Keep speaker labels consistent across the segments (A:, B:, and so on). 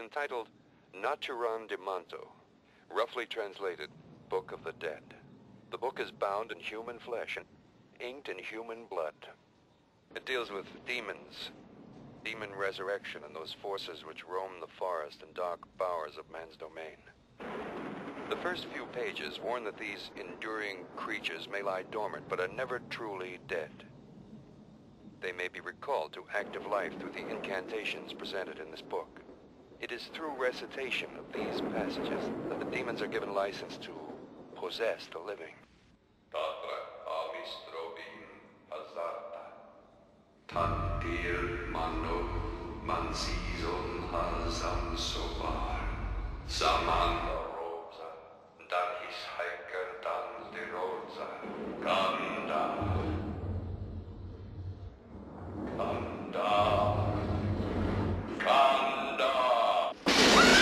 A: entitled Naturan de Manto, roughly translated Book of the Dead. The book is bound in human flesh and inked in human blood. It deals with demons, demon resurrection, and those forces which roam the forest and dark bowers of man's domain. The first few pages warn that these enduring creatures may lie dormant but are never truly dead. They may be recalled to active life through the incantations presented in this book. It is through recitation of these passages that the demons are given license to possess the living. Tatra amistrobin hazarta. Tantir mano mansizon hazam sobar. Samanda roza. Danhis haiker dan de roza. Kanda. Kanda. Kanda.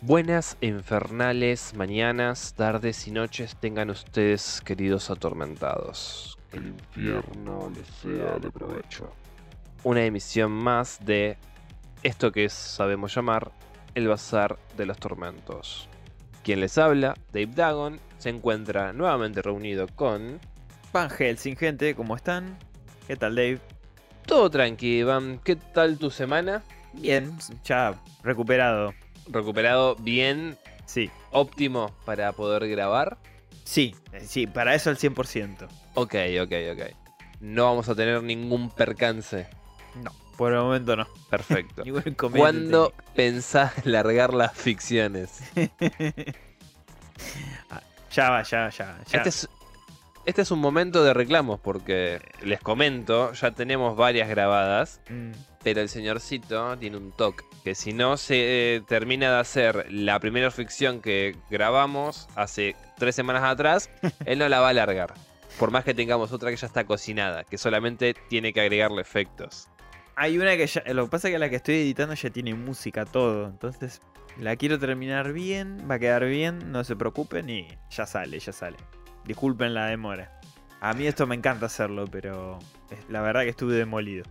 B: Buenas infernales mañanas, tardes y noches tengan ustedes, queridos atormentados.
C: Que el infierno les sea de provecho.
B: Una emisión más de esto que es, sabemos llamar el Bazar de los Tormentos. Quien les habla, Dave Dagon, se encuentra nuevamente reunido con.
D: Pangel, sin gente, ¿cómo están? ¿Qué tal, Dave?
B: Todo tranqui, Iván. ¿Qué tal tu semana?
D: Bien, ya recuperado
B: recuperado bien,
D: Sí.
B: óptimo para poder grabar.
D: Sí, eh, sí, para eso al 100%.
B: Ok, ok, ok. No vamos a tener ningún percance.
D: No, por el momento no.
B: Perfecto.
D: Ningún inconveniente
B: ¿Cuándo pensás largar las ficciones?
D: técnico. Ah, ya va, ya, ya. ya.
B: Este es, este es un momento de reclamos porque Eh, les comento, ya tenemos varias grabadas,
D: Mm,
B: pero el señorcito tiene un toque. Que si no se eh, termina de hacer la primera ficción que grabamos hace tres semanas atrás, él no la va a largar. Por más que tengamos otra que ya está cocinada, que solamente tiene que agregarle efectos.
D: Hay una que ya. Lo que pasa es que la que estoy editando ya tiene música, todo. Entonces, la quiero terminar bien, va a quedar bien, no se preocupen y ya sale, ya sale. Disculpen la demora. A mí esto me encanta hacerlo, pero eh, la verdad que estuve demolido.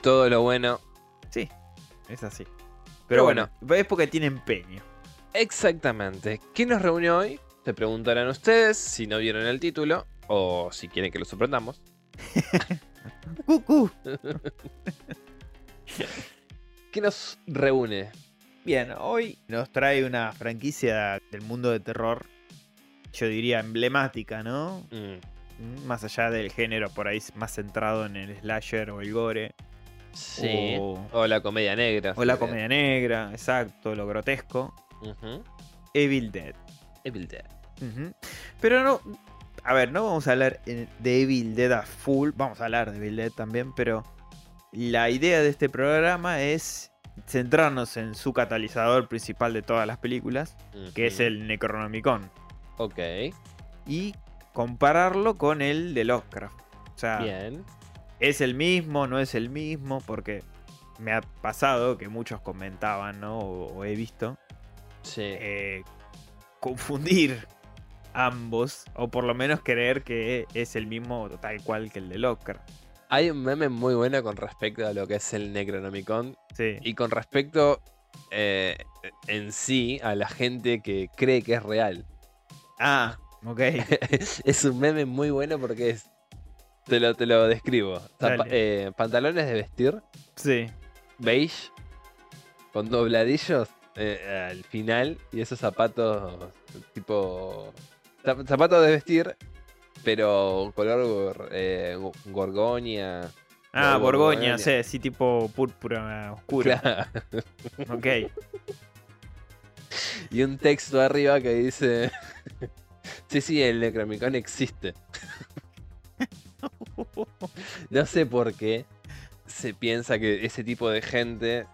B: Todo lo bueno.
D: Sí, es así.
B: Pero
D: Pero bueno, es porque tiene empeño.
B: Exactamente. ¿Quién nos reúne hoy? Se preguntarán ustedes si no vieron el título o si quieren que lo sorprendamos.
D: Cucú.
B: ¿Qué nos reúne?
D: Bien, hoy nos trae una franquicia del mundo de terror, yo diría emblemática, ¿no?
B: Mm,
D: Más allá del género por ahí más centrado en el slasher o el gore.
B: sí.
D: O,
B: O la Oh. comedia negra.
D: o la
B: si querés.
D: comedia negra, exacto, lo grotesco.
B: Ujú.
D: Evil Dead.
B: Evil Dead.
D: Ujú. Pero no. A ver, no vamos a hablar en- de Evil Dead a full. Vamos a hablar de Evil Dead también, pero la idea de este programa es centrarnos en su catalizador principal de todas las películas, que es
B: Ujú.
D: el Necronomicon,
B: Ok,
D: y compararlo con el de Lovecraft. O sea,
B: bien.
D: ¿es el mismo? ¿No es el mismo? Porque me ha pasado que muchos comentaban, ¿no? O- o he visto
B: Sí.
D: eh, confundir ambos, o por lo menos creer que es el mismo tal cual que el de Lovecraft.
B: Hay un meme muy bueno con respecto a lo que es el Necronomicon
D: Sí.
B: y con respecto eh, en sí a la gente que cree que es real.
D: Ah, ok.
B: es un meme muy bueno porque es. Te lo, te lo describo. Zapa-
D: Dale.
B: eh, pantalones de vestir,
D: Sí.
B: beige, con dobladillos eh, al final y esos zapatos tipo. zap- Zapatos de vestir, pero color gor- eh, gorgonia.
D: Ah,
B: Borgo-
D: Borgoña,
B: Borgoña.
D: sí, sí, tipo púrpura oscura.
B: Claro.
D: Ok.
B: Y un texto arriba que dice: Sí, sí, el Necromicon existe. No sé por qué se piensa que ese tipo de gente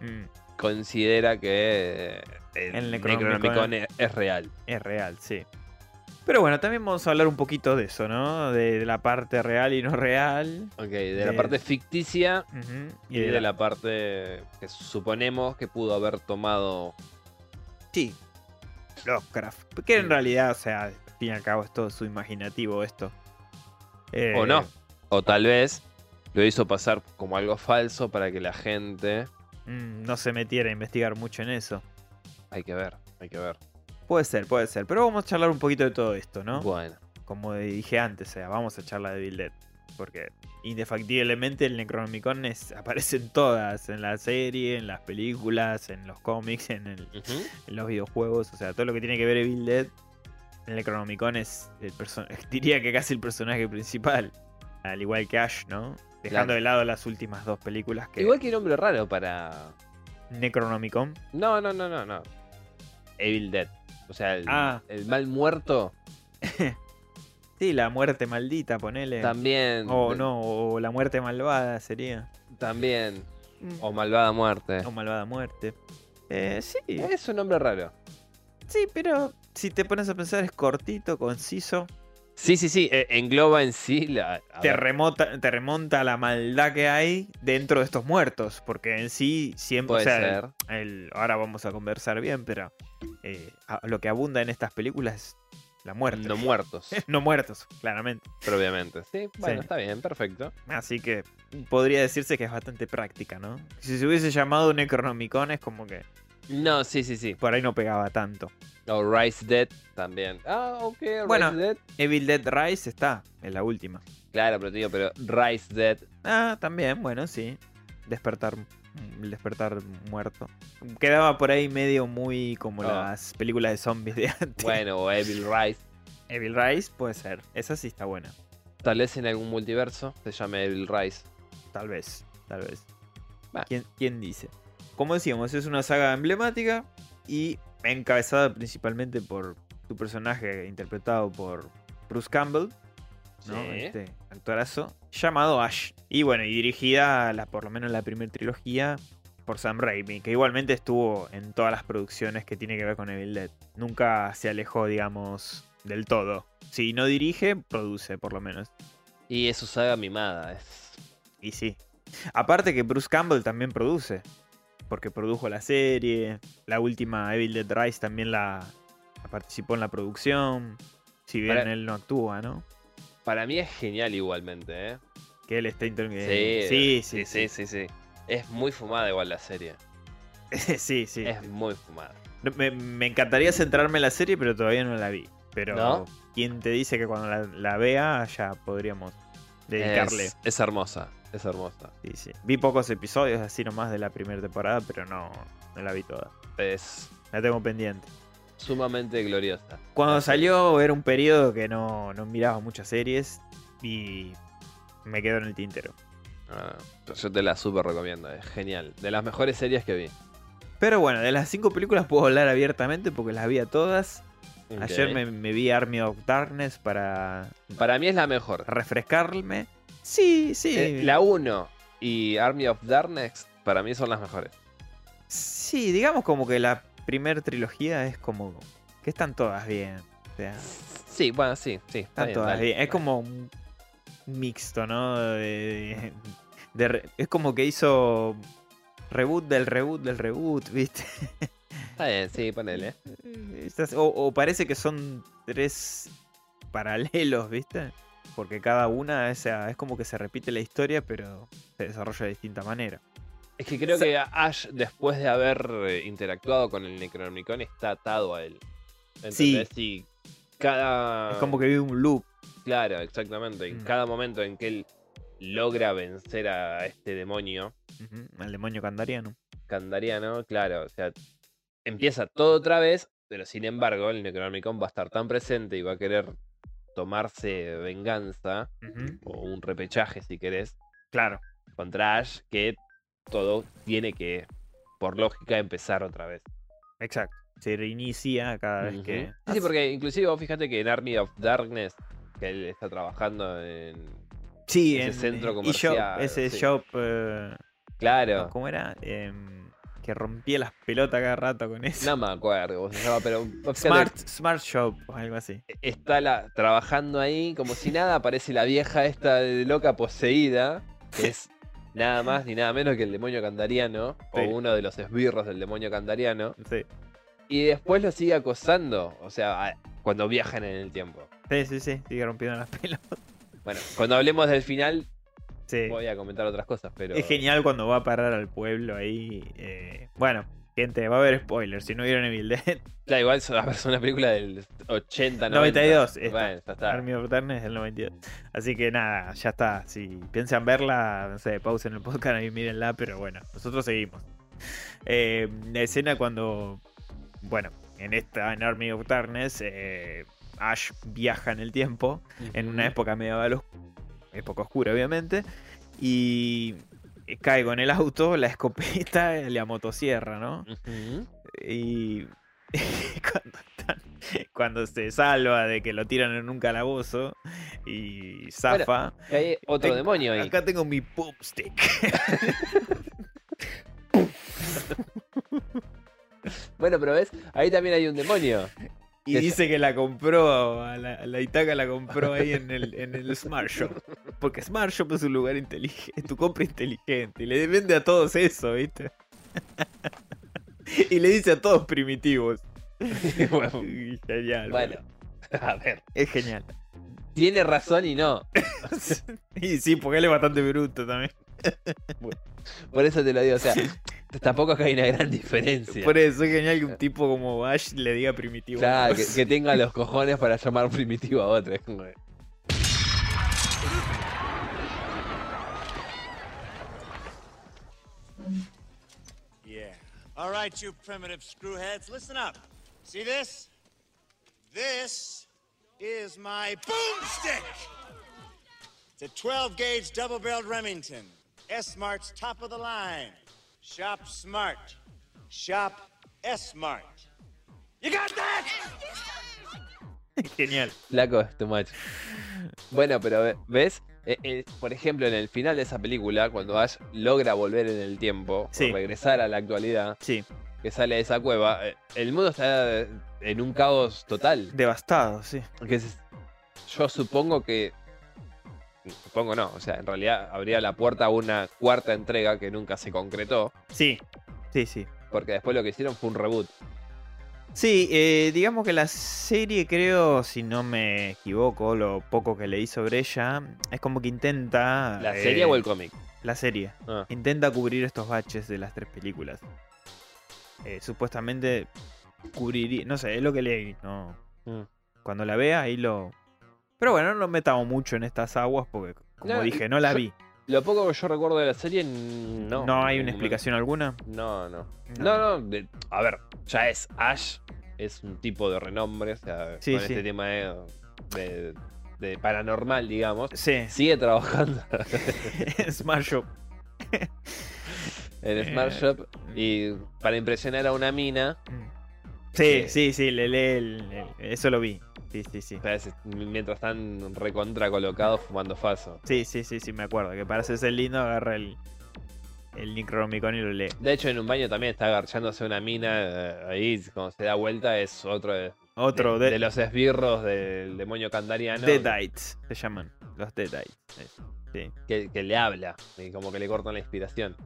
D: Mm,
B: considera que eh, el,
D: El Necronomicon-
B: Necronomicon, es, es real.
D: es real, sí. Pero bueno, también vamos a hablar un poquito de eso, ¿no? De, de la parte real y no real.
B: Ok, de la
D: De-
B: parte ficticia
D: Ujú,
B: y de la parte que suponemos que pudo haber tomado.
D: Sí. Lovecraft. Que en
B: Mm.
D: realidad, o sea, al fin y al cabo es todo su imaginativo esto.
B: O
D: Eh,
B: no. O tal vez lo hizo pasar como algo falso para que la gente.
D: mm, no se metiera a investigar mucho en eso.
B: Hay que ver, hay que ver.
D: Puede ser, puede ser. Pero vamos a charlar un poquito de todo esto, ¿no?
B: Bueno.
D: Como dije antes, o sea, vamos a charlar de Bill Dead. Porque indefectiblemente el Necronomicon es- aparece en todas. En la serie, en las películas, en los cómics, en, el-
B: Ujú.
D: en los videojuegos. O sea, todo lo que tiene que ver Bill Dead. El Necronomicon es, el perso- diría que casi el personaje principal. Al igual que Ash, ¿no?
B: Claro.
D: Dejando de lado las últimas dos películas que...
B: Igual que nombre raro para.
D: Necronomicon.
B: No, no, no, no, no. Evil Dead. O sea, el,
D: Ah.
B: el mal muerto
D: Sí, la muerte maldita, ponele.
B: también.
D: O Oh, no, o la muerte malvada sería.
B: También. O malvada muerte.
D: O malvada muerte. Eh, sí,
B: Es un nombre raro.
D: sí, pero si te pones a pensar es cortito, conciso.
B: Sí, sí, sí. eh, engloba en sí la. a
D: Te,
B: ver,
D: remota, te remonta a la maldad que hay dentro de estos muertos. Porque en sí siempre... o
B: puede
D: sea,
B: ser.
D: el- ahora vamos a conversar bien, pero eh, a- lo que abunda en estas películas es la muerte.
B: No muertos,
D: no muertos, claramente.
B: propiamente. Sí, bueno,
D: Sí.
B: está bien, perfecto.
D: Así que podría decirse que es bastante práctica, ¿no? Si se hubiese llamado Necronomicon es como que
B: No, sí, sí, sí.
D: por ahí no pegaba tanto.
B: O Rise Dead también. Ah, ok, Rise
D: Bueno.
B: Dead.
D: Evil Dead Rise está, es la última.
B: Claro, pero te digo, pero Rise Dead.
D: Ah, también, bueno, sí. Despertar, el despertar muerto. Quedaba por ahí medio muy como
B: Oh.
D: las películas de zombies de antes.
B: Bueno, o Evil Rise.
D: Evil Rise puede ser. Esa sí está buena.
B: Tal vez en algún multiverso se llame Evil Rise.
D: Tal vez, tal vez.
B: Va.
D: ¿Quién, quién dice? Como decíamos, es una saga emblemática y encabezada principalmente por tu personaje interpretado por Bruce Campbell, ¿no?
B: Sí.
D: Este actorazo, llamado Ash. Y bueno, y dirigida, a la, por lo menos la primera trilogía, por Sam Raimi, que igualmente estuvo en todas las producciones que tiene que ver con Evil Dead. Nunca se alejó, digamos, del todo. Si no dirige, produce, por lo menos.
B: Y es su saga mimada. Es...
D: Y sí. Aparte que Bruce Campbell también produce. Porque produjo la serie. La última Evil Dead Rise también la, la participó en la producción. Si bien
B: Para-
D: él no actúa, ¿no?
B: Para mí es genial igualmente, ¿eh?
D: Que él está inter- eh,
B: Sí,
D: sí,
B: sí, sí, sí, sí. Es muy fumada igual la serie.
D: sí. sí, sí.
B: Es muy fumada.
D: No, Me, me encantaría centrarme en la serie, pero todavía no la vi. Pero
B: ¿No?
D: ¿quién te dice que cuando la, la vea ya podríamos dedicarle?
B: Es, es hermosa, es hermosa.
D: Sí, sí. Vi pocos episodios así nomás de la primera temporada, pero no, no la vi toda.
B: Es
D: La tengo pendiente.
B: sumamente gloriosa.
D: Cuando
B: Así.
D: salió era un periodo que no, no miraba muchas series y me quedó en el tintero.
B: Ah, yo te la super recomiendo, es genial. De las mejores series que vi.
D: Pero bueno, de las cinco películas puedo hablar abiertamente porque las vi a todas. Ayer
B: Ok.
D: me, me vi Army of Darkness para
B: Para mí es la mejor.
D: refrescarme. Sí, sí.
B: Eh, la 1 y Army of Darkness para mí son las mejores.
D: Sí, digamos como que la primer trilogía es como que están todas bien. O sea,
B: Sí, bueno, sí, sí. está
D: Están
B: bien,
D: todas
B: dale,
D: bien. Es
B: dale.
D: como un mixto, ¿no? De- de re- es como que hizo reboot del reboot del reboot, ¿viste?
B: Está bien, sí, ponele.
D: Estas- o, o parece que son tres paralelos, ¿viste? Porque cada una o sea, es como que se repite la historia, pero se desarrolla de distinta manera.
B: Es que creo que Ash, después de haber eh, interactuado con el Necronomicon, está atado a él.
D: Sí.
B: ¿Entendés? Y cada.
D: Es como que vive un loop.
B: Claro, exactamente. En
D: Mm.
B: cada momento en que él logra vencer a este demonio
D: Ujú, El demonio candariano.
B: candariano, claro, o sea, empieza todo otra vez, pero sin embargo, el Necronomicon va a estar tan presente y va a querer tomarse venganza
D: Ujú.
B: o un repechaje si querés,
D: Claro.
B: contra Ash que todo tiene que, por lógica, empezar otra vez.
D: Exacto. Se reinicia cada vez
B: Ujú.
D: que.
B: Sí, sí, porque inclusive vos fíjate que en Army of Darkness, que él está trabajando en...
D: Sí,
B: ese
D: en-
B: centro
D: y
B: comercial,
D: shop, ese
B: sí.
D: shop. eh,
B: Claro,
D: ¿Cómo era? Em, que rompía las pelotas cada rato con eso.
B: no me acuerdo cómo se llama, pero fíjate,
D: Smart, Smart Shop o algo así.
B: está la, trabajando ahí como si nada, aparece la vieja esta de loca poseída, que es nada más ni nada menos que el demonio candariano,
D: Sí.
B: o uno de los esbirros del demonio candariano,
D: Sí.
B: y después lo sigue acosando, o sea, a- cuando viajan en el tiempo.
D: Sí, sí, sí, sigue rompiendo las pelotas.
B: Bueno, cuando hablemos del final
D: Sí.
B: voy a comentar otras cosas, pero...
D: Es genial cuando va a parar al pueblo ahí. eh, Bueno, gente, va a haber spoilers. Si no vieron Evil Dead,
B: Da igual, es una es una película del 80, 90.
D: 92, esta.
B: Bueno, ya está.
D: Army of Darkness del 92. Así que nada, ya está. Si piensan verla, no sé, pausen el podcast y mírenla, pero bueno, nosotros seguimos. Eh, la escena cuando, bueno, en esta, en Army of Darkness, eh, Ash viaja en el tiempo, en una época medieval, os- época oscura obviamente, y cae con el auto, la escopeta, y la motosierra, ¿no?
B: Ujú.
D: Y cuando, están- cuando se salva de que lo tiran en un calabozo y zafa.
B: Y Hay otro
D: Ten-
B: demonio ahí.
D: Acá tengo mi popstick.
B: Bueno, pero ves, ahí también hay un demonio.
D: Y
B: Esa-
D: dice que la compró, a la, a la Itaca la compró ahí en el, en el Smart Shop. Porque Smart Shop es un lugar inteligente, tu compra inteligente. Y le vende a todos eso, ¿viste? Y le dice a todos primitivos.
B: bueno,
D: Y Genial.
B: bueno, a ver.
D: Es genial.
B: Tiene razón y no.
D: Y sí, porque él es bastante bruto también.
B: Por eso te lo digo. O sea, tampoco es que hay una gran diferencia.
D: Por eso es genial que un tipo como Ash le diga primitivo.
B: Claro, que, que tenga los cojones para llamar primitivo a otro. Es como que-
E: Yeah. All right, you primitive screwheads, listen up. See this? This is my boomstick. It's a 12 gauge double barreled Remington. S Smart's top of the line. Shop smart. Shop S Smart. You got that?
D: Genial.
B: Flaco es too much. Bueno, pero ve- ¿ves? Eh, eh, por ejemplo, en el final de esa película, cuando Ash logra volver en el tiempo,
D: Sí.
B: o regresar a la actualidad,
D: Sí.
B: que sale de esa cueva, eh, el mundo está eh, en un caos total.
D: Devastado, sí.
B: Que es- yo supongo que. Supongo no, o sea, en realidad abría la puerta a una cuarta entrega que nunca se concretó,
D: Sí. Sí, sí.
B: porque después lo que hicieron fue un reboot.
D: Sí, eh, digamos que la serie, creo, si no me equivoco, lo poco que leí sobre ella, es como que intenta.
B: ¿La
D: eh,
B: serie o el cómic?
D: La serie.
B: Ah.
D: Intenta cubrir estos baches de las tres películas. Eh, supuestamente cubriría. No sé, es lo que leí. No.
B: Mm.
D: Cuando la vea, ahí lo. Pero bueno, no nos metamos mucho en estas aguas porque, como
B: No,
D: dije, no la
B: yo-
D: vi.
B: Lo poco que yo recuerdo de la serie, no.
D: No, hay una
B: No-
D: explicación alguna.
B: No, no. No, no. de- a ver, ya es Ash, es un tipo de renombre, o sea,
D: Sí,
B: con
D: sí.
B: este tema de, de- de paranormal, digamos.
D: Sí,
B: Sigue trabajando
D: Smart Shop.
B: en
D: Eh,
B: Smart Shop y para impresionar a una mina,
D: Mm. Sí, sí, sí, le lee el- el- eso lo vi. Sí, sí, sí.
B: o sea, es- mientras están recontra colocados fumando faso.
D: Sí, sí, sí, sí, me acuerdo. Que para hacerse el lindo agarra el, el Necronomicon y lo lee.
B: De hecho, en un baño también está agarchándose una mina eh, ahí, cuando se da vuelta, es otro de,
D: Otro,
B: de-
D: de,
B: de los esbirros del demonio candariano
D: Deadites, se llaman. Los Deadites. eso.
B: que, que le habla, y como que le cortan la inspiración.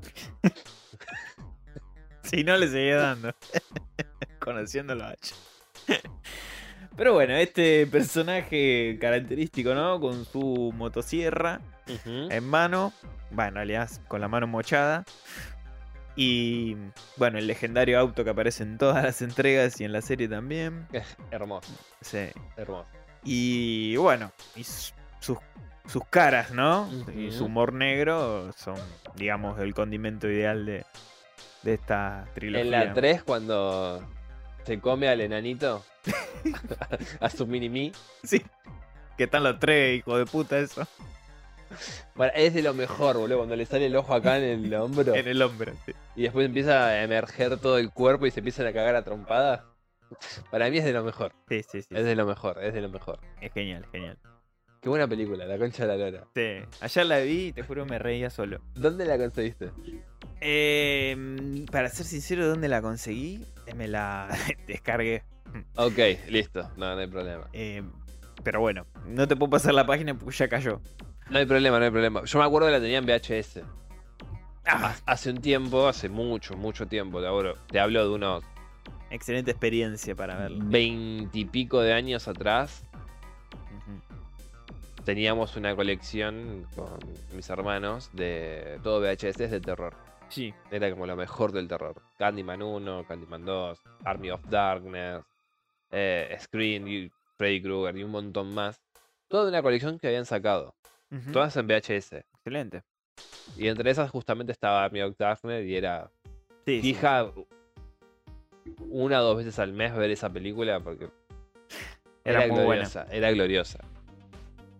D: Si no, le seguía dando. Conociéndolo a H. Pero bueno, este personaje característico, ¿no? Con su motosierra.
B: Ujú.
D: en mano, bueno, en realidad con la mano mochada. Y bueno, el legendario auto que aparece en todas las entregas y en la serie también.
B: Hermoso,
D: Sí.
B: hermoso.
D: Y bueno, y s- sus, sus caras, ¿no? Y su
B: Ujú.
D: humor negro son, digamos, el condimento ideal de, de esta trilogía.
B: En la 3, cuando se come al enanito, a su mini-mi,
D: Sí. Que están los tres, hijo de puta, eso.
B: Bueno, es de lo mejor, boludo, cuando le sale el ojo acá en el hombro
D: En el hombro, sí.
B: y después empieza a emerger todo el cuerpo y se empiezan a cagar a trompadas. Para mí es de lo mejor,
D: Sí, sí, sí.
B: es de lo mejor, es de lo mejor.
D: Es genial, genial.
B: Qué buena película, La Concha de la Lora.
D: Sí. Ayer la vi y te juro me reía solo.
B: ¿Dónde la conseguiste?
D: Eh, mm, para ser sincero, ¿dónde la conseguí? Eh, Me la descargué.
B: Ok, listo, no, no hay problema.
D: Eh, pero bueno, no te puedo pasar la página porque ya cayó.
B: No hay problema, no hay problema. Yo me acuerdo que la tenía en VHS. Hace un tiempo, hace mucho, mucho tiempo, te hablo, te hablo de unos
D: Excelente experiencia para verla.
B: veintipico de años atrás.
D: Ujú.
B: Teníamos una colección con mis hermanos de todo VHS de terror.
D: Sí.
B: Era como lo mejor del terror. Candyman 1, Candyman 2, Army of Darkness, eh, Scream, y Freddy Krueger y un montón más. Toda una colección que habían sacado.
D: Ujú.
B: Todas en VHS.
D: Excelente.
B: Y entre esas justamente estaba Army of Darkness y era
D: Sí, sí.
B: fija una o dos veces al mes ver esa película porque
D: Era muy buena.
B: gloriosa. Era gloriosa.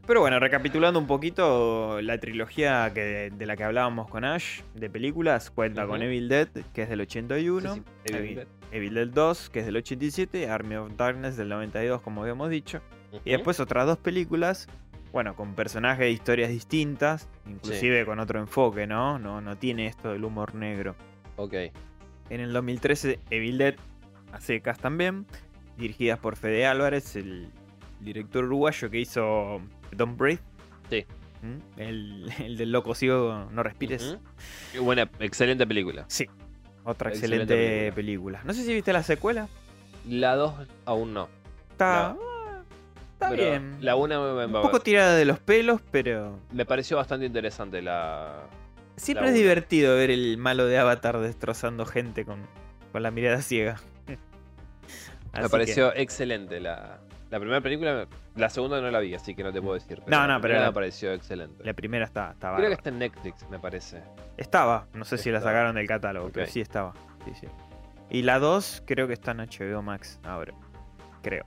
D: Pero bueno, recapitulando un poquito, la trilogía que, de la que hablábamos con Ash de películas cuenta con
B: Ujú.
D: Evil Dead, que es del 81,
B: Sí, sí, Evil
D: Evil,
B: Dead.
D: Evil Dead 2, que es del 87, Army of Darkness del 92, como habíamos dicho, y después otras dos películas, bueno, con personajes e historias distintas, inclusive con otro enfoque, ¿no? ¿no? No tiene esto del humor negro.
B: Ok.
D: En el 2013, Evil Dead, a secas también, dirigidas por Fede Álvarez, el director uruguayo que hizo Don't Breathe.
B: Sí.
D: ¿Mm? El, el del loco ciego No Respires.
B: Ujú. Qué buena, excelente película.
D: Sí. Otra
B: Excelente
D: excelente, película. No sé si viste la secuela.
B: La 2 aún no.
D: Está,
B: No.
D: ah, está
B: Pero
D: bien.
B: La 1 me,
D: Un
B: me-
D: poco tirada de los pelos, pero
B: me pareció bastante interesante la.
D: siempre
B: La
D: es
B: una.
D: divertido ver el malo de Avatar destrozando gente con, con la mirada ciega.
B: me
D: Así que-
B: pareció excelente la. La primera película, la segunda no la vi, así que no te puedo decir. la
D: No, no, pero
B: primera
D: la-
B: me pareció excelente.
D: La primera está, está
B: Creo que
D: bárbara.
B: está en Netflix, me parece.
D: Estaba, no sé si la
B: Estaba.
D: sacaron del catálogo, pero
B: Ok.
D: sí estaba. Sí, sí. Y la 2 creo que está en HBO Max ahora, creo.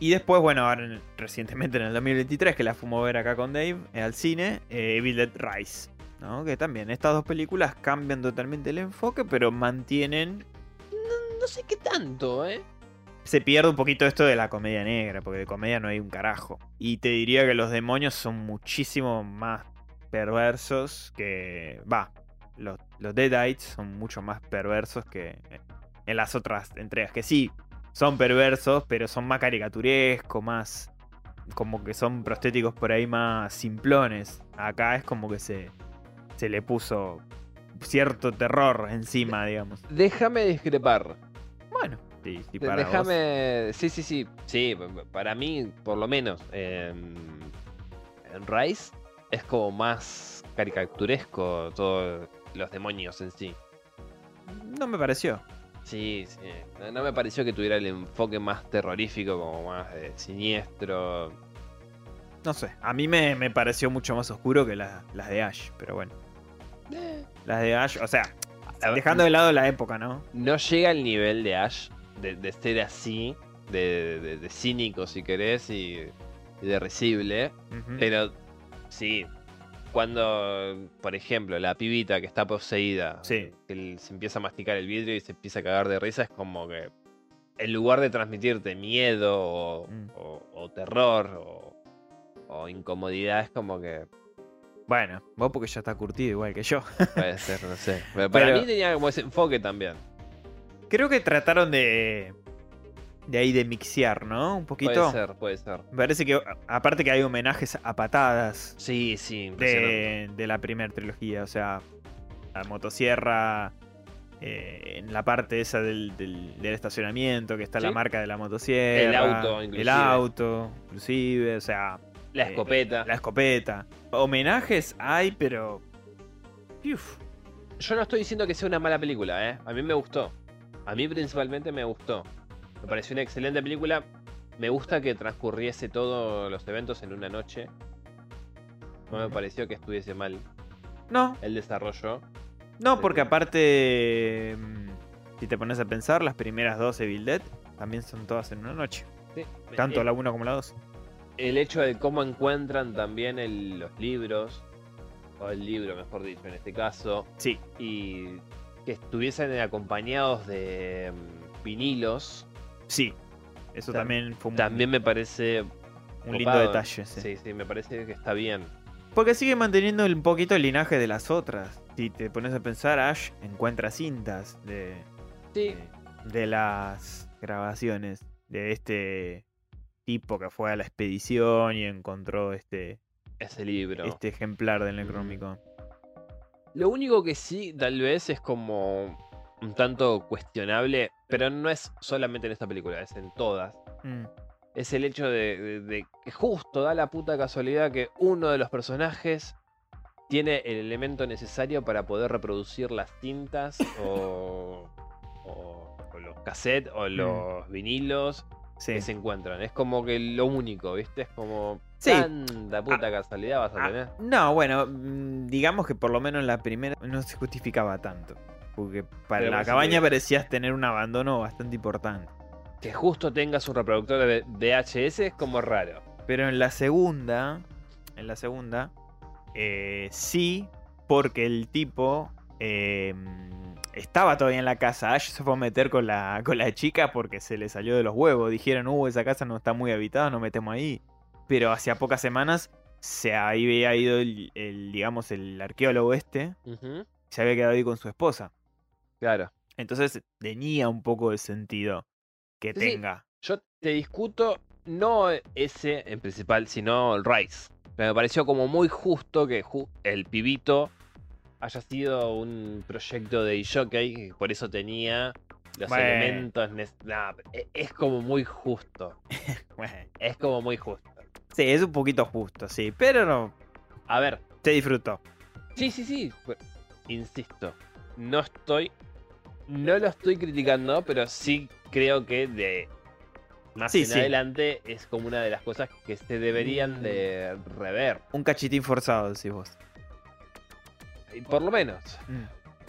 D: Y después, bueno, ahora en- recientemente en el 2023, que la fuimos a ver acá con Dave eh, al cine, eh, Evil Dead Rise. ¿no? Que también estas dos películas cambian totalmente el enfoque, pero mantienen...
B: No, no sé qué tanto, ¿eh?
D: Se pierde un poquito esto de la comedia negra, porque de comedia no hay un carajo. Y te diría que los demonios son muchísimo más perversos que. Va, los, los Deadites son mucho más perversos que en las otras entregas. Que sí, son perversos, pero son más caricaturescos, más. Como que son prostéticos por ahí más simplones. Acá es como que se, se le puso cierto terror encima, digamos.
B: Déjame discrepar.
D: Bueno, sí, sí,
B: De-
D: para vos.
B: Déjame. Sí, sí, sí. Sí, pa- pa- para mí, por lo menos. eh, en Rice es como más caricaturesco todos los demonios en sí.
D: No me pareció.
B: Sí, sí. No, no me pareció que tuviera el enfoque más terrorífico, como más eh, siniestro.
D: No sé. A mí me, me pareció mucho más oscuro que la- las de Ash, pero bueno. Las de Ash, o sea,
B: A ver,
D: dejando de lado la época, ¿no?
B: No llega al nivel de Ash, de, de ser así, de, de- de cínico si querés, y, y de risible.
D: Ujú.
B: Pero sí, cuando, por ejemplo, la pibita que está poseída,
D: Sí.
B: que l- se empieza a masticar el vidrio y se empieza a cagar de risa, es como que en lugar de transmitirte miedo o,
D: Mm.
B: o- o terror o, o incomodidad, es como que
D: Bueno, vos porque ya está curtido igual que yo.
B: puede ser, no sé. Pero para
D: Pero-
B: mí tenía como ese enfoque también.
D: Creo que trataron de. de ahí de mixear, ¿no? Un poquito.
B: Puede ser, puede ser.
D: Me parece que, a- aparte que hay homenajes a patadas
B: Sí, sí, impresionante.
D: de, de la primera trilogía, o sea, la motosierra. eh, en la parte esa del, del- del estacionamiento, que está la
B: Sí.
D: marca de la motosierra.
B: El auto,
D: El
B: inclusive.
D: auto, inclusive, o sea.
B: La
D: eh,
B: escopeta.
D: La escopeta. Homenajes hay, pero. Piuf.
B: Yo no estoy diciendo que sea una mala película, ¿eh? A mí me gustó. A mí principalmente me gustó. Me pareció una excelente película. Me gusta que transcurriese todos los eventos en una noche. No me
D: Ujú.
B: pareció que estuviese mal
D: No,
B: el desarrollo.
D: no, porque aparte. mm, Si te pones a pensar, las primeras dos Evil Dead también son todas en una noche. Tanto
B: Eh,
D: la 1 como la 2.
B: el hecho de cómo encuentran también el- los libros, o el libro mejor dicho en este caso,
D: Sí,
B: y que estuviesen acompañados de mm, vinilos,
D: sí. Eso
B: Tam-
D: también fue un,
B: también me parece...
D: un lindo
B: copado.
D: detalle. sí.
B: Sí, sí, me parece que está bien.
D: Porque sigue manteniendo un poquito el linaje de las otras. Si te pones a pensar, Ash encuentra cintas de,
B: Sí,
D: de las grabaciones de este tipo que fue a la expedición y encontró este,
B: ese libro.
D: este ejemplar
B: mm,
D: del Necronomicon.
B: Lo único que sí, tal vez, es como un tanto cuestionable, pero no es solamente en esta película, es en todas.
D: Mm,
B: Es el hecho de, de- de que justo da la puta casualidad que uno de los personajes tiene el elemento necesario para poder reproducir las tintas o, o- o los cassettes o los vinilos
D: Mm. Sí.
B: que se encuentran. Es como que lo único, ¿viste? Es como
D: Sí.
B: tanta puta
D: Ah,
B: casualidad vas a
D: Ah,
B: tener.
D: no, bueno, mm, digamos que por lo menos la primera no se justificaba tanto. Porque para
B: Pero
D: la
B: vos
D: cabaña
B: entendés.
D: parecías tener un abandono bastante importante.
B: Que justo tenga su reproductor de VHS es como raro.
D: Pero en la segunda, en la segunda, eh, sí, porque el tipo eh, estaba todavía en la casa. Ash se fue a meter con la, con la chica porque se le salió de los huevos. Dijeron, uh, esa casa no está muy habitada, no metemos ahí. Pero hacía pocas semanas se había ido, el, el, digamos, el arqueólogo este,
B: Ujú,
D: se había quedado ahí con su esposa.
B: Claro.
D: Entonces tenía un poco de sentido que
B: Sí, sí.
D: tenga.
B: Yo te discuto no ese en principal, sino el Rice. Me pareció como muy justo que ju- el pibito haya sido un proyecto de jockey que por eso tenía los
D: Bueno.
B: elementos. nes- nah, e- es como muy justo.
D: Bueno,
B: Es como muy justo.
D: sí, es un poquito justo, sí, pero no,
B: A ver,
D: se disfrutó.
B: sí, sí, sí. pe- Insisto, no estoy. No lo estoy criticando, pero sí creo que de más
D: Sí,
B: en
D: sí.
B: adelante es como una de las cosas que se deberían de rever.
D: Un cachitín forzado, decís vos.
B: Y Por lo menos,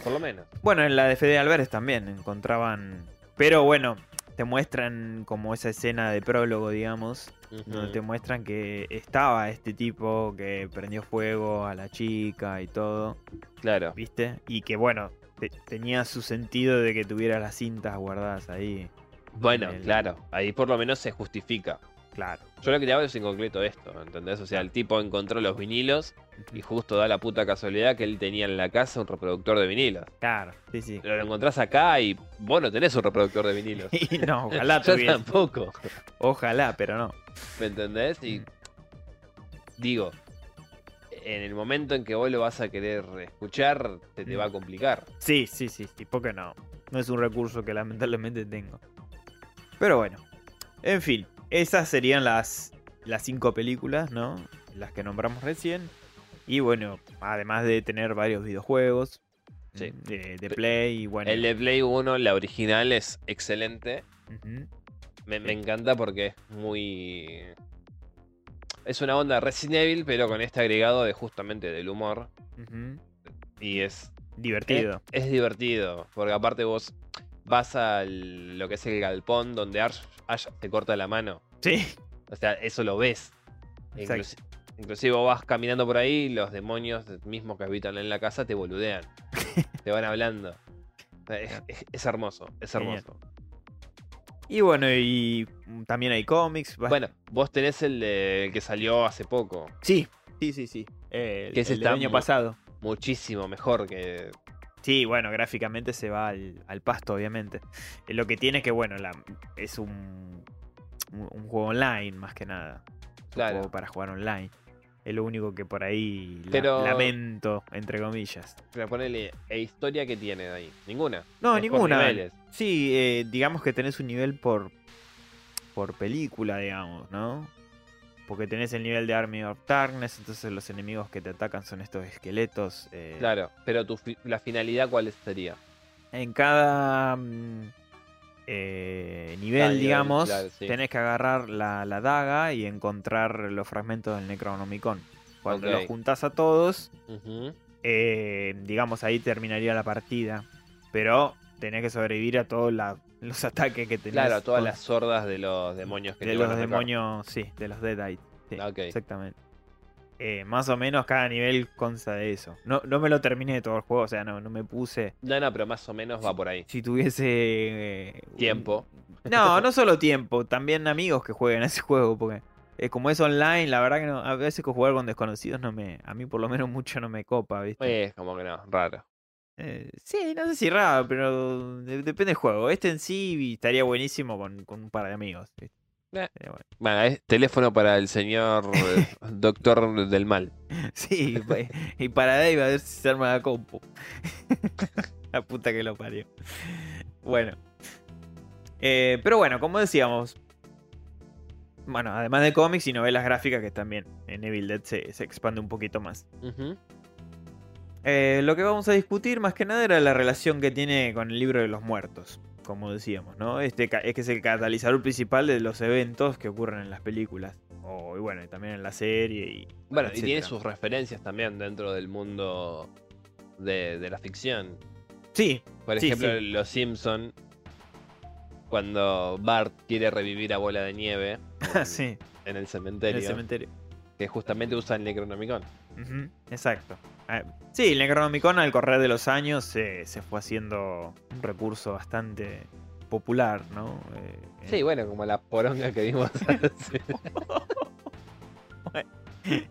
B: por lo menos.
D: Bueno, en la de Fede Álvarez también encontraban. Pero bueno, te muestran como esa escena de prólogo, digamos,
B: Mm.
D: donde te muestran que estaba este tipo que prendió fuego a la chica y todo,
B: Claro.
D: ¿viste? Y que bueno, te- tenía su sentido de que tuviera las cintas guardadas ahí.
B: Bueno,
D: El-
B: claro. Ahí por lo menos se justifica.
D: Claro.
B: Yo lo que te hablo es en concreto esto, ¿entendés? O sea, el tipo encontró los vinilos y justo da la puta casualidad que él tenía en la casa un reproductor de vinilos.
D: Claro, sí, sí.
B: Pero lo encontrás acá y vos no tenés un reproductor de vinilos.
D: Y no, ojalá
B: Yo
D: tuviera.
B: tampoco.
D: Ojalá, pero no.
B: ¿Me entendés? Y digo, en el momento en que vos lo vas a querer escuchar, se te va
D: Mm.
B: a complicar.
D: Sí, sí, sí, sí, ¿por qué no? No es un recurso que lamentablemente tengo. Pero bueno, en fin, esas serían las, las cinco películas, ¿no? Las que nombramos recién. Y bueno, además de tener varios videojuegos
B: Sí.
D: mm, de, de Play y bueno.
B: El de Play 1, la original, es excelente.
D: ujú,
B: Me, me encanta porque es muy. Es una onda Resident Evil, pero con este agregado de justamente del humor.
D: ujú,
B: Y es.
D: Divertido.
B: Es, es divertido. Porque aparte vos vas a lo que es el galpón donde Ash, Ash te corta la mano.
D: Sí,
B: O sea, eso lo ves.
D: Exacto.
B: Inclusi- eh, inclusive vos vas caminando por ahí y los demonios mismos que habitan en la casa te boludean. te van hablando. O sea, Es, es- es hermoso, es
D: Genial.
B: hermoso.
D: Y bueno, y mm, también hay cómics. va-
B: Bueno, vos tenés el, de- el que salió hace poco.
D: sí, sí, sí, sí. El,
B: Que ese
D: el del
B: está
D: año
B: mu-
D: pasado.
B: muchísimo mejor que.
D: Sí, bueno, gráficamente se va al, al pasto, obviamente. Eh, Lo que tiene es que, bueno, la, es un, un, un juego online, más que nada. Es un
B: Claro.
D: juego para jugar online. Es lo único que por ahí la-
B: Pero-
D: lamento, entre comillas.
B: Pero ponele, ¿e historia que tiene de ahí? Ninguna.
D: No,
B: Es por
D: ninguna.
B: niveles.
D: Sí, eh, digamos que tenés un nivel por, por película, digamos, ¿no? Porque tenés el nivel de Army of Darkness, entonces los enemigos que te atacan son estos esqueletos. eh,
B: Claro, pero tu fi- la finalidad, ¿cuál sería?
D: En cada mm, eh, nivel,
B: Cada nivel,
D: digamos,
B: claro, sí.
D: tenés que agarrar la, la daga y encontrar los fragmentos del Necronomicon. Cuando
B: Ok.
D: los juntás a todos,
B: Ujú.
D: eh, digamos, ahí terminaría la partida. Pero tenés que sobrevivir a todos la- los ataques que tenés.
B: Claro, todas
D: con-
B: las sordas de los demonios que
D: de
B: te
D: los
B: van a atacar.
D: demonios, sí, de los Deadite. Sí,
B: Ok.
D: exactamente. Eh, más o menos cada nivel consta de eso. No, no me lo terminé todo el juego, o sea, no, no me puse.
B: No, no, pero más o menos va por ahí.
D: Si tuviese. eh, un-
B: Tiempo.
D: No, no solo tiempo, también amigos que jueguen a ese juego, porque eh, como es online, la verdad que no, a veces que jugar con desconocidos no me, a mí por lo menos mucho no me copa, ¿viste?
B: Es como que no, raro.
D: Eh, sí, no sé si raro, pero de- depende del juego. Este en sí estaría buenísimo con, con un par de amigos. ¿viste?
B: Eh.
D: Estaría bueno.
B: Bueno, es teléfono para el señor eh, doctor del mal.
D: Sí, y pa- y para Dave a ver si se arma la compu. la puta que lo parió. Bueno. Eh, pero bueno, como decíamos. Bueno, además de cómics y novelas gráficas que también en Evil Dead se, se expande un poquito más.
B: Ujú.
D: Eh, lo que vamos a discutir más que nada era la relación que tiene con el libro de los muertos, como decíamos, ¿no? Este ca- es que es el catalizador principal de los eventos que ocurren en las películas. O, y bueno, y también en la serie y
B: Bueno, y tiene
D: etcétera.
B: sus referencias también dentro del mundo de, de la ficción.
D: Sí,
B: Por
D: Sí,
B: ejemplo,
D: sí.
B: Los Simpson, cuando Bart quiere revivir a Bola de Nieve en,
D: sí,
B: en el
D: en
B: cementerio,
D: el cementerio.
B: que justamente usa el Necronomicon.
D: Ujú, Exacto. Ah, Sí, el Necronomicon al correr de los años eh, se fue haciendo un recurso bastante popular, ¿no? Eh,
B: Sí, bueno, como la poronga que vimos. hace-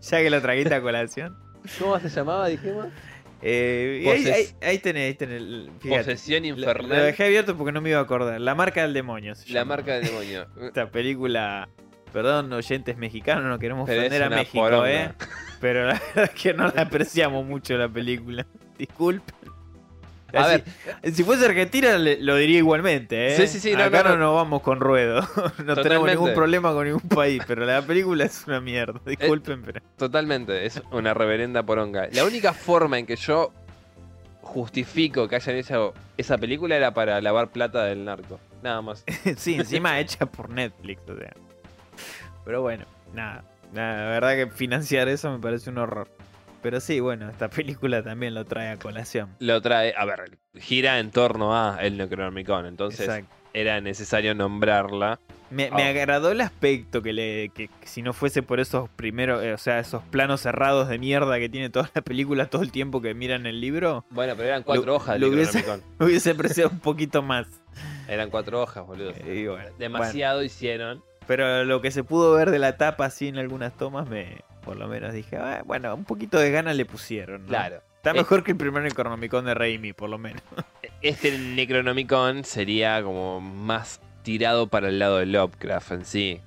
D: Ya que lo traguiste a colación.
B: ¿Cómo se llamaba, dijimos?
D: Eh, y ahí,
B: Poses-
D: ahí- ahí tenés, ahí tenés. el- fíjate.
B: Posesión
D: Lo,
B: Infernal,
D: lo dejé abierto porque no me iba a acordar. La marca del demonio. se
B: la
D: llama.
B: marca del demonio.
D: Esta película. Perdón, oyentes mexicanos, no queremos
B: Pero es
D: ofender a
B: una
D: México,
B: poronga.
D: ¿eh? Pero la verdad es que no la apreciamos mucho la película. Disculpen.
B: A
D: Así-
B: ver,
D: Si fuese Argentina le- lo diría igualmente, ¿eh?
B: Sí, sí, sí, no,
D: Acá
B: no,
D: no,
B: no.
D: nos vamos con ruedo. No tenemos
B: Totalmente.
D: ningún problema con ningún país, pero la película es una mierda.
B: Eh,
D: Disculpen, pero.
B: Totalmente, es una reverenda poronga. La única forma en que yo justifico que hayan hecho esa película era para lavar plata del narco. Nada más.
D: Sí, encima hecha por Netflix, o sea. Pero bueno, nada. Nada, la verdad que financiar eso me parece un horror. Pero sí, bueno, esta película también lo trae a colación.
B: Lo trae, a ver, gira en torno a el Necronomicon, entonces
D: Exacto.
B: era necesario nombrarla.
D: Me, me
B: Ah.
D: agradó el aspecto que le. Que, que si no fuese por esos primeros. eh, o sea, esos planos cerrados de mierda que tiene toda la película todo el tiempo que miran el libro.
B: Bueno, pero eran cuatro
D: Lo-
B: hojas
D: lo
B: del
D: hubiese-
B: Necronomicon.
D: Me hubiese apreciado un poquito más.
B: Eran cuatro hojas, boludo.
D: Eh, y bueno,
B: Demasiado hicieron.
D: bueno, pero lo que se pudo ver de la tapa así en algunas tomas, me. Por lo menos dije, "Ah, bueno, un poquito de ganas le pusieron. ¿no?
B: Claro.
D: Está
B: Eh.
D: mejor que el primer Necronomicon de Raimi, por lo menos.
B: Este Necronomicon sería como más tirado para el lado de Lovecraft en sí.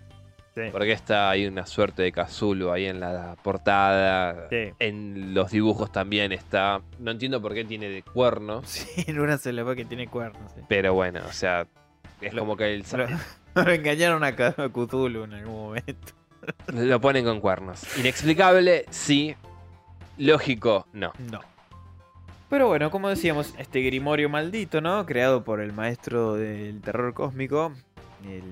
D: Sí.
B: Porque está hay una suerte de Casulo ahí en la portada.
D: Sí.
B: En los dibujos también está. No entiendo por qué tiene de cuernos.
D: Sí, en una se le ve que tiene cuernos. sí.
B: Pero bueno, o sea. Es como que el-
D: Lo, lo engañaron a Ca- a Cthulhu en algún momento.
B: lo ponen con cuernos. Inexplicable, sí. Lógico, no.
D: No. Pero bueno, como decíamos, este Grimorio maldito, ¿no? Creado por el maestro del terror cósmico, el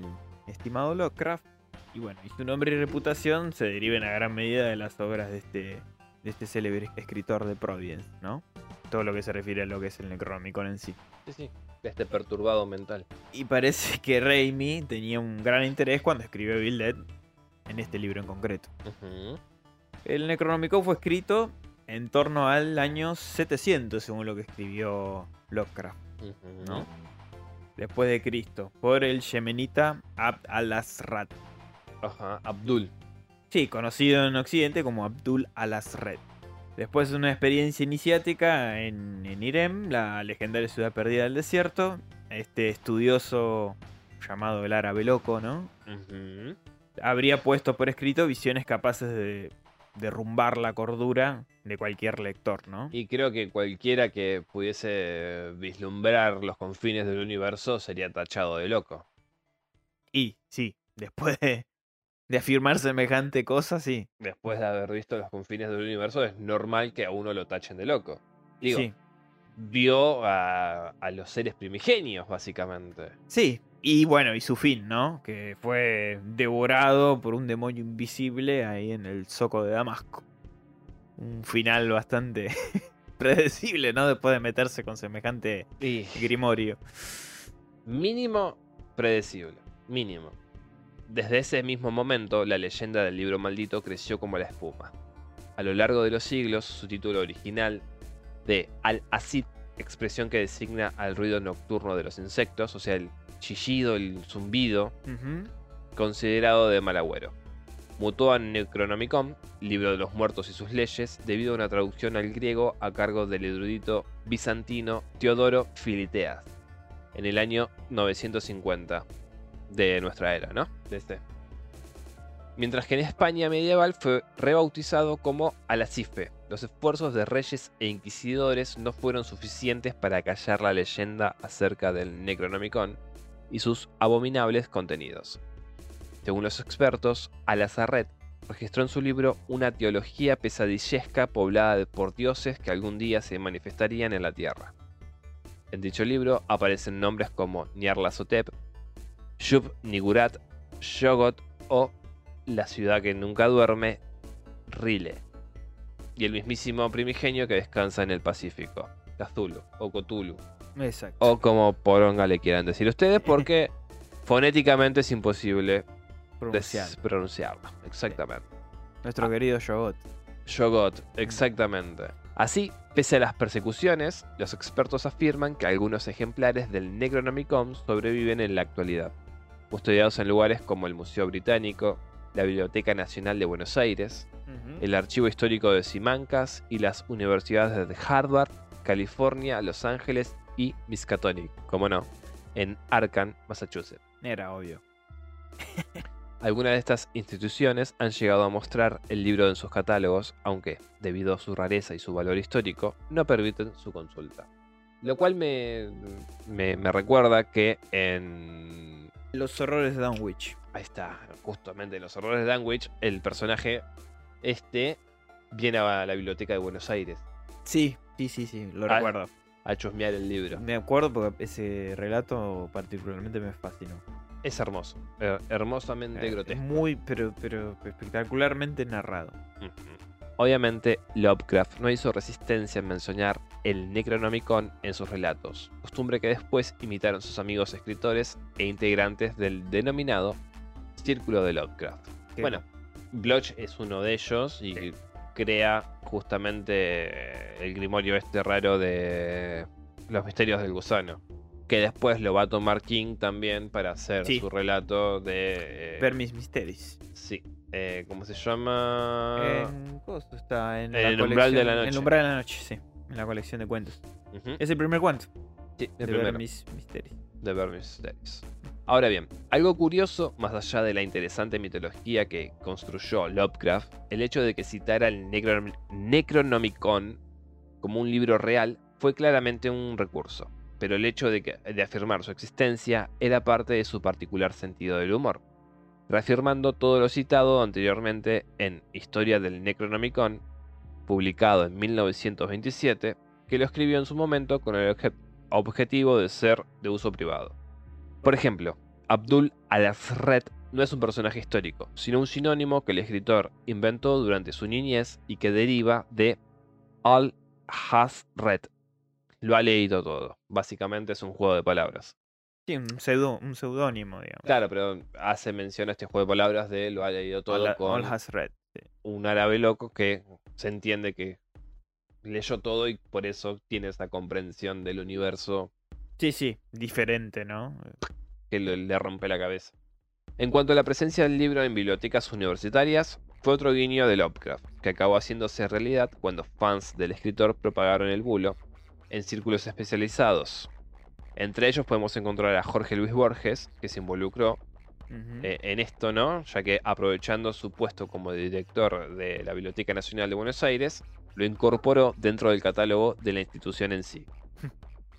D: estimado Lovecraft. Y bueno, y su nombre y reputación se deriven a gran medida de las obras de este, de este célebre escritor de Providence, ¿no? Todo lo que se refiere a lo que es el Necronomicon en sí.
B: Sí, sí. Este perturbado mental.
D: Y parece que Raimi tenía un gran interés cuando escribió Evil Dead en este libro en concreto.
B: Ujú.
D: El Necronomicon fue escrito en torno al año 700, según lo que escribió Lovecraft,
B: Ujú.
D: ¿no? Después de Cristo, por el yemenita Abd al-Asrat.
B: Ajá. Abdul.
D: Sí, conocido en Occidente como Abdul al-Asred. Después de una experiencia iniciática en, en Irem, la legendaria ciudad perdida del desierto, este estudioso llamado el árabe loco, ¿no?
B: Ujú.
D: habría puesto por escrito visiones capaces de derrumbar la cordura de cualquier lector, ¿no?
B: Y creo que cualquiera que pudiese vislumbrar los confines del universo sería tachado de loco.
D: Y sí, después de, de afirmar semejante cosa, sí.
B: Después de haber visto los confines del universo, es normal que a uno lo tachen de loco. Digo,
D: Sí,
B: vio a, a los seres primigenios, básicamente.
D: sí. Y bueno, y su fin, ¿no? Que fue devorado por un demonio invisible ahí en el zoco de Damasco. Un final bastante predecible, ¿no? Después de meterse con semejante
B: Y
D: grimorio.
B: mínimo predecible. Mínimo. Desde ese mismo momento, la leyenda del libro maldito creció como la espuma. A lo largo de los siglos, su título original de Al-Asid, expresión que designa al ruido nocturno de los insectos, o sea, el chillido, el zumbido,
D: Ujú.
B: considerado de mal agüero. Mutó a Necronomicon, libro de los muertos y sus leyes, debido a una traducción al griego a cargo del erudito bizantino Teodoro Filiteas, en el año 950 de nuestra era, ¿no? De este. Mientras que en España medieval fue rebautizado como Alacife. Los esfuerzos de reyes e inquisidores no fueron suficientes para callar la leyenda acerca del Necronomicon y sus abominables contenidos. Según los expertos, Alazarret registró en su libro una teología pesadillesca poblada de- por dioses que algún día se manifestarían en la Tierra. En dicho libro aparecen nombres como Nyarlathotep, Shub Nigurat, Shogot o la ciudad que nunca duerme, Rile, y el mismísimo primigenio que descansa en el Pacífico, Cthulhu o Cthulhu,
D: Exacto.
B: o como poronga le quieran decir ustedes, porque fonéticamente es imposible
D: Pronunciar.
B: des- pronunciarlo. Exactamente.
D: Nuestro querido Yogot.
B: Shogot, exactamente. Así, pese a las persecuciones, los expertos afirman que algunos ejemplares del Necronomicon sobreviven en la actualidad, custodiados en lugares como el Museo Británico, la Biblioteca Nacional de Buenos Aires, el Archivo Histórico de Simancas y las universidades de Harvard, California, Los Ángeles y Miskatonic, como no, en Arkham, Massachusetts.
D: Era obvio.
B: Algunas de estas instituciones han llegado a mostrar el libro en sus catálogos, aunque, debido a su rareza y su valor histórico, no permiten su consulta. Lo cual me, me, me recuerda que en...
D: Los horrores de Dunwich.
B: Ahí está, justamente en los horrores de Danwich, el personaje este viene a la biblioteca de Buenos Aires
D: Sí, sí, sí, sí, lo
B: Ah,
D: recuerdo.
B: a chusmear el libro.
D: Me acuerdo porque ese relato particularmente me fascinó.
B: Es hermoso, eh, hermosamente
D: Eh,
B: grotesco.
D: Muy, pero, pero espectacularmente narrado.
B: Ujú. Obviamente, Lovecraft no hizo resistencia en mencionar el Necronomicon en sus relatos, costumbre que después imitaron sus amigos escritores e integrantes del denominado Círculo de Lovecraft.
D: Que-
B: Bueno, Bloch es uno de ellos y
D: Sí.
B: crea justamente el grimorio este raro de los misterios del gusano, que después lo va a tomar King también para hacer
D: Sí.
B: su relato de... eh,
D: ver mis misterios.
B: sí, eh, ¿cómo se llama?
D: En coso está en
B: en
D: la
B: ah, el umbral de la
D: colección- en
B: noche.
D: el umbral de la noche, sí. En la colección de cuentos.
B: Ujú.
D: Es el primer cuento
B: Sí,
D: de
B: el primero,
D: ver mis misterios.
B: de Vermin Studies. Ahora bien, algo curioso, más allá de la interesante mitología que construyó Lovecraft, el hecho de que citara el Necron- Necronomicon como un libro real fue claramente un recurso, pero el hecho de, que- de afirmar su existencia era parte de su particular sentido del humor, reafirmando todo lo citado anteriormente en Historia del Necronomicon, publicado en 1927, que lo escribió en su momento con el objeto objetivo de ser de uso privado. Por ejemplo, Abdul al-Azred no es un personaje histórico, sino un sinónimo que el escritor inventó durante su niñez y que deriva de al-Hazred. Lo ha leído todo. Básicamente es un juego de palabras.
D: Sí, un pseudo, un seudónimo, digamos.
B: Claro, pero hace mención a este juego de palabras de lo ha leído todo
D: All,
B: con
D: All Has Red.
B: un árabe loco que se entiende que leyó todo y por eso tiene esa comprensión del universo
D: Sí, sí, diferente, ¿no?
B: que le, le rompe la cabeza. En cuanto a la presencia del libro en bibliotecas universitarias, fue otro guiño de Lovecraft, que acabó haciéndose realidad cuando fans del escritor propagaron el bulo en círculos especializados. Entre ellos podemos encontrar a Jorge Luis Borges, que se involucró
D: Ujú.
B: eh, en esto, ¿no? Ya que aprovechando su puesto como director de la Biblioteca Nacional de Buenos Aires, lo incorporó dentro del catálogo de la institución en sí.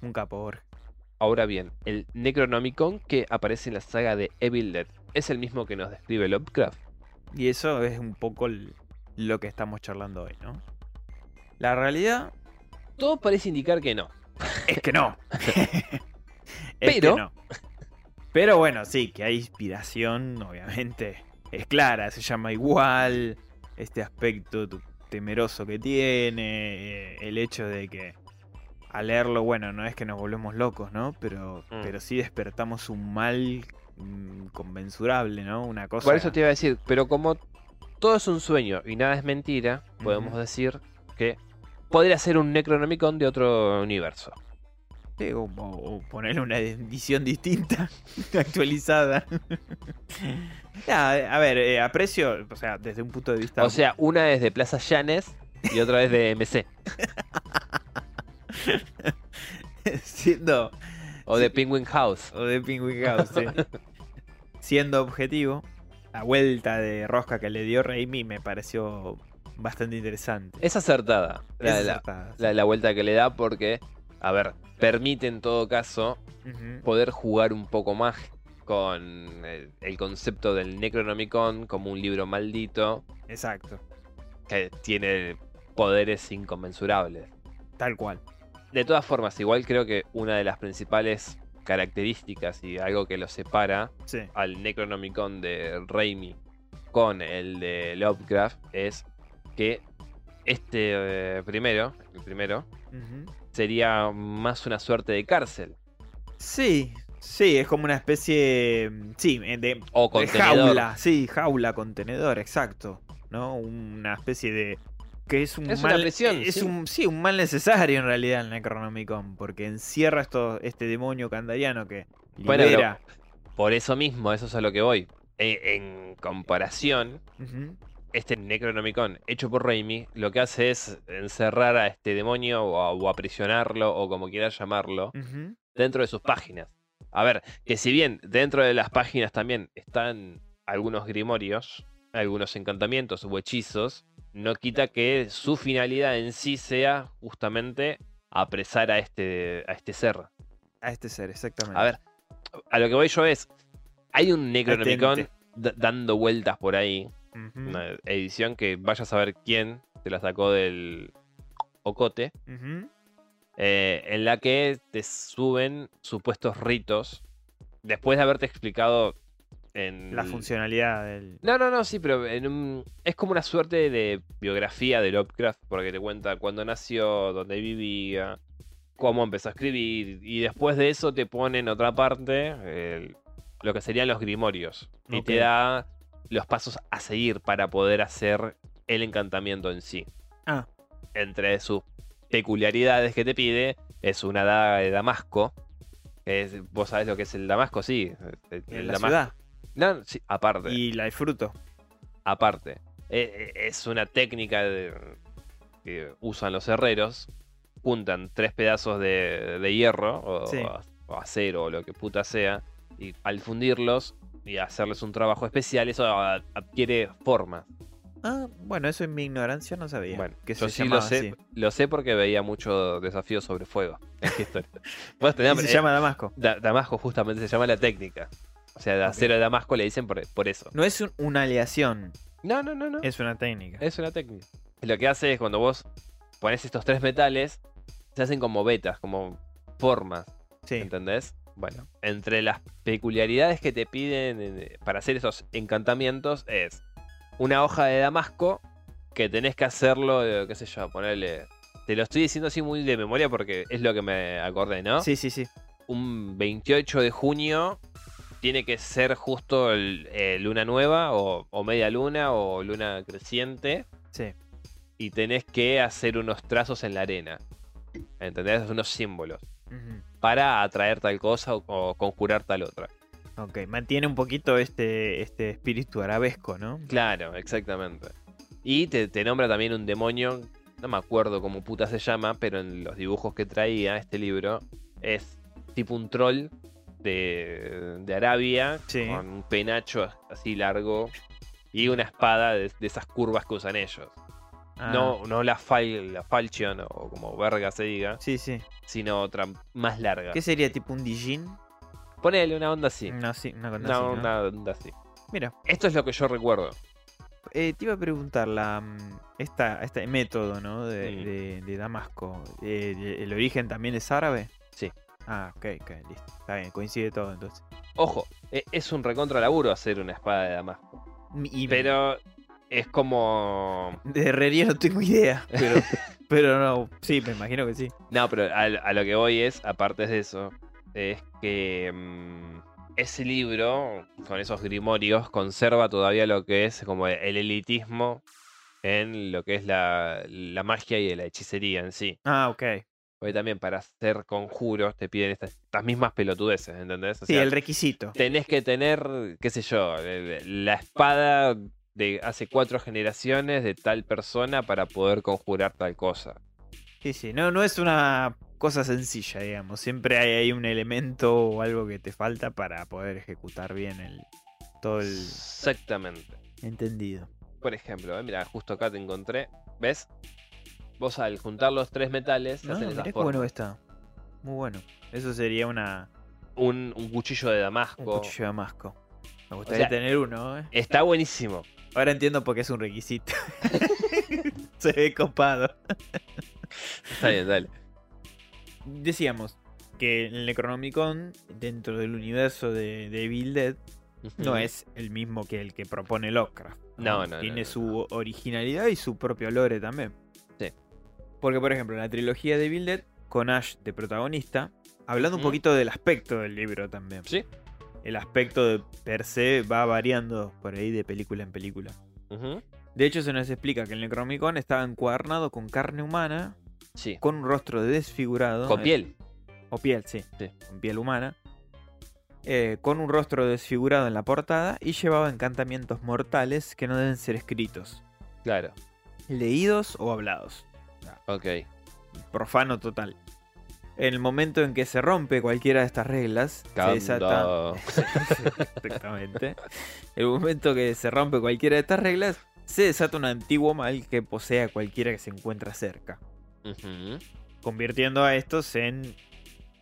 D: Un capo Borges.
B: Ahora bien, el Necronomicon que aparece en la saga de Evil Dead es el mismo que nos describe Lovecraft.
D: Y eso es un poco l- lo que estamos charlando hoy, ¿no? La realidad
B: Todo parece indicar que no.
D: es que no. es
B: Pero-
D: que no. Pero bueno, sí, que hay inspiración, obviamente. Es clara, se llama igual. Este aspecto tu- temeroso que tiene. eh, El hecho de que al leerlo, bueno, no es que nos volvemos locos, ¿no? Pero,
B: Mm.
D: pero sí despertamos un mal mm, conmensurable, ¿no? Una cosa.
B: Por eso te iba a decir, pero como todo es un sueño y nada es mentira, podemos
D: Ujú.
B: decir que podría ser un Necronomicon de otro universo.
D: Sí, este, o, o- o ponerle una edición distinta, actualizada. Ya, a ver, eh, aprecio, o sea, desde un punto de vista.
B: O sea, una es de Plaza Llanes y otra es de MC.
D: siendo.
B: O de Penguin House.
D: O de Penguin House, sí. Siendo objetivo, la vuelta de rosca que le dio Raimi me pareció bastante interesante.
B: Es acertada la,
D: Es
B: la-
D: acertada, sí.
B: la- la vuelta que le da porque, a ver, permite en todo caso
D: Ujú.
B: poder jugar un poco más con el, el concepto del Necronomicon como un libro maldito
D: Exacto,
B: que tiene poderes inconmensurables.
D: tal cual.
B: De todas formas, igual creo que una de las principales características y algo que lo separa
D: Sí.
B: al Necronomicon de Raimi con el de Lovecraft es que este eh, primero, el primero,
D: Ujú.
B: sería más una suerte de cárcel
D: Sí, sí, es como una especie. Sí, eh, de,
B: o
D: de
B: contenedor.
D: jaula. Sí, jaula, contenedor, exacto. ¿No? Una especie de. Que es un
B: Es una
D: mal.
B: prisión,
D: es
B: sí.
D: un sí, un mal necesario en realidad el Necronomicon. Porque encierra esto, este demonio candariano que
B: Bueno, pero-
D: libera.
B: Por eso mismo, eso es a lo que voy. E- en comparación,
D: Ujú.
B: este Necronomicon hecho por Raimi lo que hace es encerrar a este demonio o, a- o aprisionarlo o como quieras llamarlo
D: Ujú.
B: dentro de sus páginas. A ver, que si bien dentro de las páginas también están algunos grimorios, algunos encantamientos o hechizos, no quita que su finalidad en sí sea justamente apresar a este, a este ser.
D: A este ser, exactamente.
B: A ver, a lo que voy yo es, hay un Necronomicon
D: ente.
B: da- dando vueltas por ahí,
D: Ujú,
B: una edición que vaya a saber quién te la sacó del ocote,
D: ujú.
B: eh, en la que te suben supuestos ritos después de haberte explicado en...
D: La funcionalidad del.
B: No, no, no, sí, pero en un- es como una suerte de biografía de Lovecraft, porque te cuenta cuándo nació, dónde vivía, cómo empezó a escribir, y después de eso te ponen otra parte, el- lo que serían los grimorios, y te
D: Ok.
B: da los pasos a seguir para poder hacer el encantamiento en sí.
D: Ah.
B: Entre sus peculiaridades que te pide, es una daga de Damasco. que es- Vos sabés lo que es el Damasco, sí. El, el
D: en la
B: Damasco-
D: ciudad.
B: No, sí, aparte
D: Y la disfruto.
B: aparte. E- e- Es una técnica de- que usan los herreros. Juntan tres pedazos de, de hierro o,
D: Sí.
B: o acero o lo que puta sea. Y al fundirlos y hacerles un trabajo especial, eso a- adquiere forma.
D: Ah, bueno, eso en mi ignorancia no sabía.
B: Bueno,
D: que
B: yo
D: se
B: sí lo
D: llamaba
B: sé,
D: así.
B: lo sé porque veía mucho desafío sobre fuego en esta historia. Vos tenés-
D: Y se
B: eh,
D: llama Damasco.
B: Da- Damasco justamente se llama la técnica. O sea, de
D: Ok.
B: acero de Damasco le dicen por, por eso.
D: No es un- una aleación,
B: No, no, no, no.
D: es una técnica.
B: Es una técnica. Lo que hace es cuando vos pones estos tres metales, se hacen como vetas, como formas,
D: Sí.
B: ¿entendés? Bueno, entre las peculiaridades que te piden eh, para hacer esos encantamientos es una hoja de damasco que tenés que hacerlo, eh, qué sé yo, ponerle... Te lo estoy diciendo así muy de memoria porque es lo que me acordé, ¿no?
D: Sí, sí, sí.
B: Un 28 de junio tiene que ser justo el, eh, luna nueva o- o media luna o luna creciente
D: Sí.
B: y tenés que hacer unos trazos en la arena. ¿Entendés? Unos símbolos.
D: Ujú.
B: Para atraer tal cosa o, o conjurar tal otra.
D: Ok, mantiene un poquito este, este espíritu arabesco, ¿no?
B: Claro, exactamente. Y te, te nombra también un demonio, no me acuerdo cómo puta se llama, pero en los dibujos que traía este libro, es tipo un troll de, de Arabia,
D: Sí.
B: con un penacho así largo y una espada de- de esas curvas que usan ellos.
D: Ah,
B: No, no la, fal, la Falchion o como verga se diga,
D: Sí, sí.
B: sino otra más larga.
D: ¿Qué sería tipo un Dijin?
B: Ponele una onda así.
D: No, sí, una
B: Una,
D: cosa así, ¿no?
B: una onda así.
D: Mira,
B: Esto es lo que yo recuerdo.
D: eh, te iba a preguntar la mm, esta, este método, ¿no? De,
B: Mm.
D: de- de Damasco. Eh, de- ¿El origen también es árabe?
B: Sí.
D: Ah, ok, ok, listo. Está bien, coincide todo entonces.
B: Ojo, e- es un recontra laburo hacer una espada de damasco.
D: Mi- Mm, y-
B: Pero es como.
D: De herrería no tengo idea, pero Pero no, sí, me imagino que sí.
B: No, pero a, a lo que voy es, aparte de eso, es que mm, ese libro, con esos grimorios, conserva todavía lo que es como el elitismo en lo que es la, la magia y la hechicería en sí.
D: Ah, ok.
B: Porque también para hacer conjuros te piden estas, estas mismas pelotudeces, ¿entendés? O
D: Sí,
B: sea,
D: el requisito.
B: tenés que tener, qué sé yo, el- la espada de hace cuatro generaciones de tal persona para poder conjurar tal cosa.
D: Sí, sí. No, no es una cosa sencilla, digamos. Siempre hay, hay un elemento o algo que te falta para poder ejecutar bien el todo el
B: Exactamente.
D: entendido.
B: Por ejemplo, mira, justo acá te encontré. ¿Ves? Vos al juntar los tres metales, se
D: No,
B: hacen
D: Ah, mirá
B: esas
D: qué
B: formas.
D: bueno que está. Muy bueno. Eso sería una
B: un, un cuchillo de
D: un
B: damasco.
D: cuchillo de damasco. Me
B: sea-
D: gustaría tener uno, ¿eh?
B: Está buenísimo.
D: Ahora entiendo por qué es un requisito. Se ve copado.
B: Está bien, dale.
D: Decíamos que el Necronomicon, dentro del universo de, de Evil Dead, no es el mismo que el que propone Lovecraft.
B: Mm. No, no, no,
D: Tiene
B: no,
D: su
B: no.
D: originalidad y su propio lore también.
B: Sí.
D: Porque, por ejemplo, en la trilogía de Evil Dead, con Ash de protagonista, hablando un
B: Ujú.
D: poquito del aspecto del libro también.
B: Mm. Sí.
D: El aspecto de per se va variando por ahí de película en película.
B: Ujú.
D: De hecho, se nos explica que el Necronomicon estaba encuadernado con carne humana,
B: Sí.
D: con un rostro desfigurado.
B: Con
D: eh,
B: piel.
D: o piel, sí.
B: Sí.
D: Con piel humana. eh, con un rostro desfigurado en la portada y llevaba encantamientos mortales que no deben ser escritos,
B: Claro.
D: leídos o hablados.
B: Ok.
D: Profano total. En el momento en que se rompe cualquiera de estas reglas, se desata.
B: Cando.
D: Exactamente. El momento que se rompe cualquiera de estas reglas, se desata un antiguo mal que posea cualquiera que se encuentra cerca.
B: Ujú.
D: Convirtiendo a estos en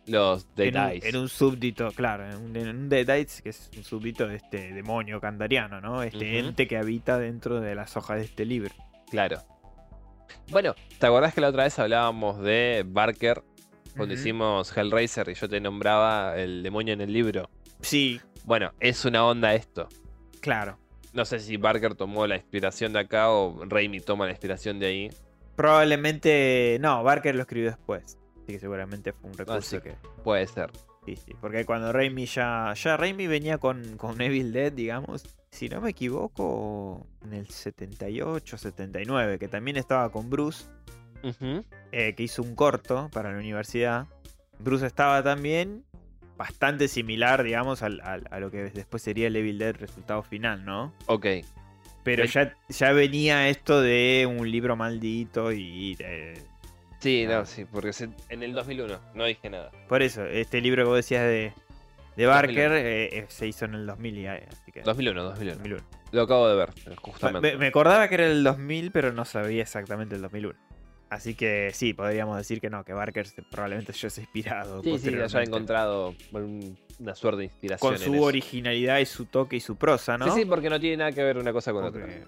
B: Los de
D: en un,
B: Dice.
D: en un súbdito, claro, en un, en un Deadites, que es un súbdito de este demonio candariano, ¿no? Este
B: Ujú.
D: ente que habita dentro de las hojas de este libro.
B: Claro. Bueno, ¿te acordás que la otra vez hablábamos de Barker cuando
D: Ujú.
B: hicimos Hellraiser y yo te nombraba el demonio en el libro?
D: Sí,
B: Bueno, es una onda esto.
D: claro.
B: No sé si Barker tomó la inspiración de acá o Raimi toma la inspiración de ahí.
D: Probablemente. No, Barker lo escribió después. Así que seguramente fue un recurso
B: Ah, sí.
D: que.
B: Puede ser.
D: Sí, sí. Porque cuando Raimi ya. Ya Raimi venía con, con Evil Dead, digamos. Si no me equivoco, en el 78, 79, que también estaba con Bruce.
B: Ujú.
D: eh, que hizo un corto para la universidad. Bruce estaba también bastante similar, digamos, al- al- a lo que después sería el Evil Dead resultado final, ¿no?
B: Ok.
D: Pero
B: Sí.
D: ya, ya venía esto de un libro maldito y... eh,
B: Sí,
D: Claro.
B: no, sí, porque se- en el 2001 no dije nada.
D: por eso, este libro que vos decías de, de Barker eh, eh, se hizo en el 2000 y... eh, Así que,
B: 2001, 2001.
D: 2001.
B: Lo acabo de ver,
D: Me,
B: justamente.
D: me acordaba que era el 2000, pero no sabía exactamente el 2001. Así que sí, podríamos decir que no, que Barker se- probablemente yo se inspirado.
B: sí, sí, haya
D: posteriormente.
B: encontrado un- una suerte de inspiración.
D: con
B: en
D: su
B: eso.
D: originalidad y su toque y su prosa, ¿no?
B: Sí, sí, porque no tiene nada que ver una cosa con otra.
D: Porque-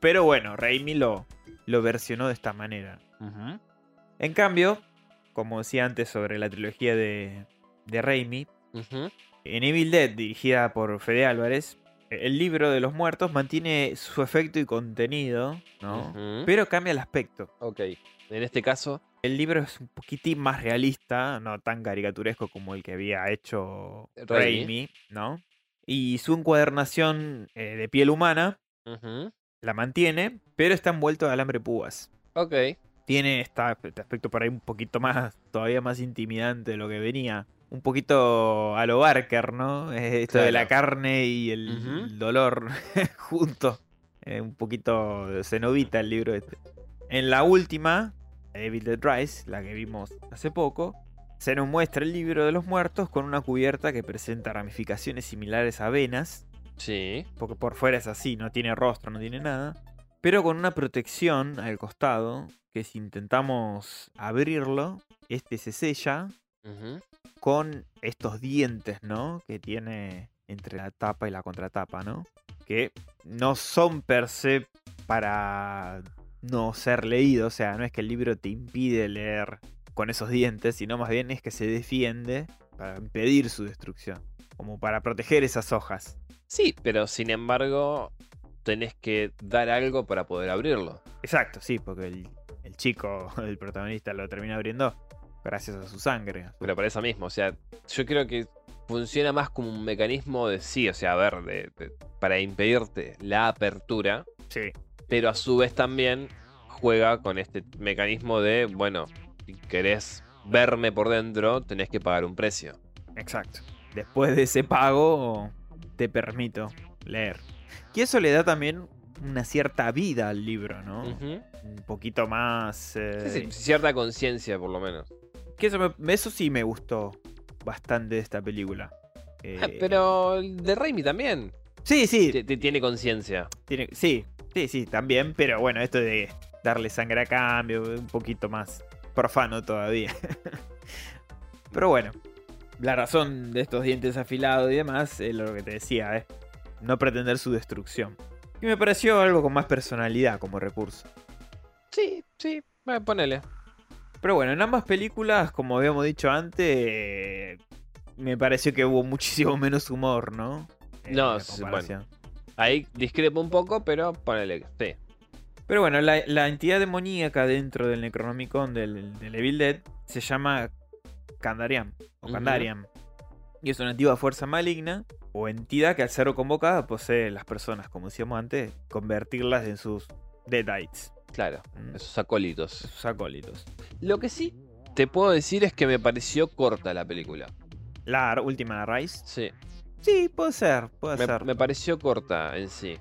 D: Pero bueno, Raimi lo, lo versionó de esta manera. En cambio, como decía antes sobre la trilogía de, de Raimi,
B: Ujú.
D: en Evil Dead, dirigida por Fede Álvarez, el libro de los muertos mantiene su efecto y contenido, ¿no?
B: Ujú.
D: Pero cambia el aspecto.
B: Ok. En este caso,
D: El libro es un poquitín más realista, no tan caricaturesco como el que había hecho
B: Raimi.
D: Raimi, ¿no? Y su encuadernación eh, de piel humana
B: ujú.
D: la mantiene, pero está envuelto de alambre púas.
B: ok.
D: Tiene esta- este aspecto por ahí un poquito más, todavía más intimidante de lo que venía. Un poquito a lo Barker, ¿no? Eh, Esto de la carne y el,
B: Ujú.
D: el dolor juntos. Eh, un poquito de cenobita el libro este. En la última, Evil Dead Rise, la que vimos hace poco, se nos muestra el libro de los muertos con una cubierta que presenta ramificaciones similares a venas
B: Sí.
D: porque por fuera es así, no tiene rostro, no tiene nada, pero con una protección al costado, que si intentamos abrirlo, este se sella
B: Ujú.
D: con estos dientes, ¿no? Que tiene entre la tapa y la contratapa, ¿no? Que no son per se para no ser leído, o sea, no es que el libro te impide leer con esos dientes, sino más bien es que se defiende para impedir su destrucción, como para proteger esas hojas.
B: Sí, pero sin embargo, tenés que dar algo para poder abrirlo.
D: Exacto, sí, porque el, el el chico, el protagonista, lo termina abriendo gracias a su sangre.
B: Pero para eso mismo, o sea, yo creo que funciona más como un mecanismo de sí, o sea, a ver, de- de- para impedirte la apertura,
D: Sí.
B: pero a su vez también juega con este mecanismo de, bueno, si querés verme por dentro, tenés que pagar un precio.
D: Exacto. Después de ese pago, te permito leer. Que eso le da también una cierta vida al libro, ¿no?
B: Ujú.
D: Un poquito más... eh,
B: Sí, sí, Cierta conciencia, por lo menos.
D: Que eso, me- eso sí me gustó bastante de esta película.
B: Ah,
D: Eh,
B: Pero el de Raimi también
D: Sí, sí,
B: te- te tiene conciencia.
D: tiene- sí, sí, sí, también, pero bueno, esto de darle sangre a cambio, un poquito más profano todavía. pero bueno, la razón de estos dientes afilados y demás es lo que te decía, ¿eh? no pretender su destrucción. Y me pareció algo con más personalidad como recurso.
B: Sí, sí, eh, ponele.
D: Pero bueno, en ambas películas, como habíamos dicho antes, me pareció que hubo muchísimo menos humor, ¿no? En
B: No,
D: la
B: sí,
D: comparación.
B: Ahí discrepo un poco, pero ponele, sí.
D: Pero bueno, la, la entidad demoníaca dentro del Necronomicon del, del Evil Dead se llama Kandarian o
B: Ujú.
D: Kandarian. Y es una antigua fuerza maligna o entidad que al ser convocada posee las personas, como decíamos antes, convertirlas en sus Deadites,
B: Claro,
D: mm,
B: esos acólitos.
D: sus acólitos.
B: Lo que sí te puedo decir es que me pareció corta la película.
D: La ar- última de Rice.
B: Sí,
D: Sí, puede ser, puede
B: me,
D: ser.
B: me pareció corta en sí.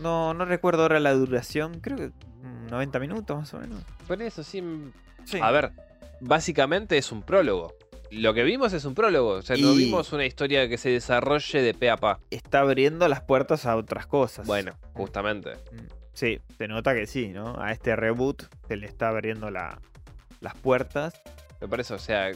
D: No, no recuerdo ahora la duración, creo que mm, 90 minutos más o menos.
B: Por eso sí. m-
D: Sí.
B: A ver, básicamente es un prólogo. Lo que vimos es un prólogo. O sea, no
D: Y-
B: vimos una historia que se desarrolle de pe a pa.
D: Está abriendo las puertas a otras cosas.
B: Bueno, justamente.
D: Sí, se nota que sí, ¿no? A este reboot se le está abriendo la- las puertas.
B: Me parece, o sea,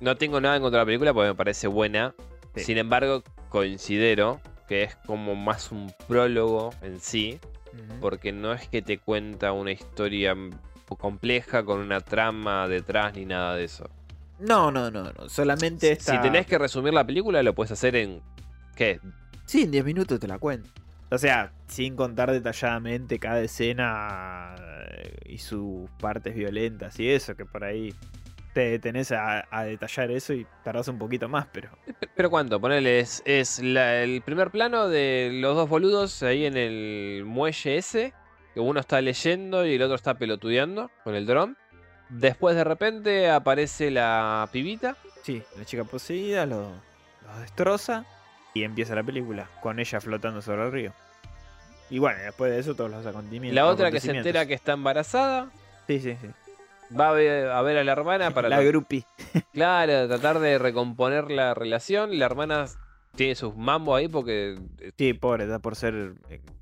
B: no tengo nada en contra de la película porque me parece buena.
D: Sí.
B: Sin embargo, considero que es como más un prólogo en sí,
D: Ujú.
B: porque no es que te cuenta una historia m- compleja con una trama detrás ni nada de eso.
D: No, no, no, no. Solamente esta...
B: Si tenés que resumir la película, lo puedes hacer en. ¿Qué?
D: Sí, en 10 minutos te la cuento. O sea, sin contar detalladamente cada escena eh, y sus partes violentas y eso, que por ahí te detenés a, a detallar eso y tardás un poquito más, pero...
B: ¿Pero cuánto? Ponele, es, es la- el primer plano de los dos boludos ahí en el muelle ese, que uno está leyendo y el otro está pelotudeando con el dron. Después de repente aparece la pibita.
D: Sí, la chica poseída lo, lo destroza y empieza la película, con ella flotando sobre el río. Y bueno, después de eso todos los acontecimientos.
B: La otra que se entera que está embarazada.
D: Sí, sí, sí.
B: Va a ver a, ver a la hermana para
D: la
B: tra-
D: grupi.
B: claro, tratar de recomponer la relación. La hermana tiene sus mambos ahí porque
D: Sí, pobre, está por ser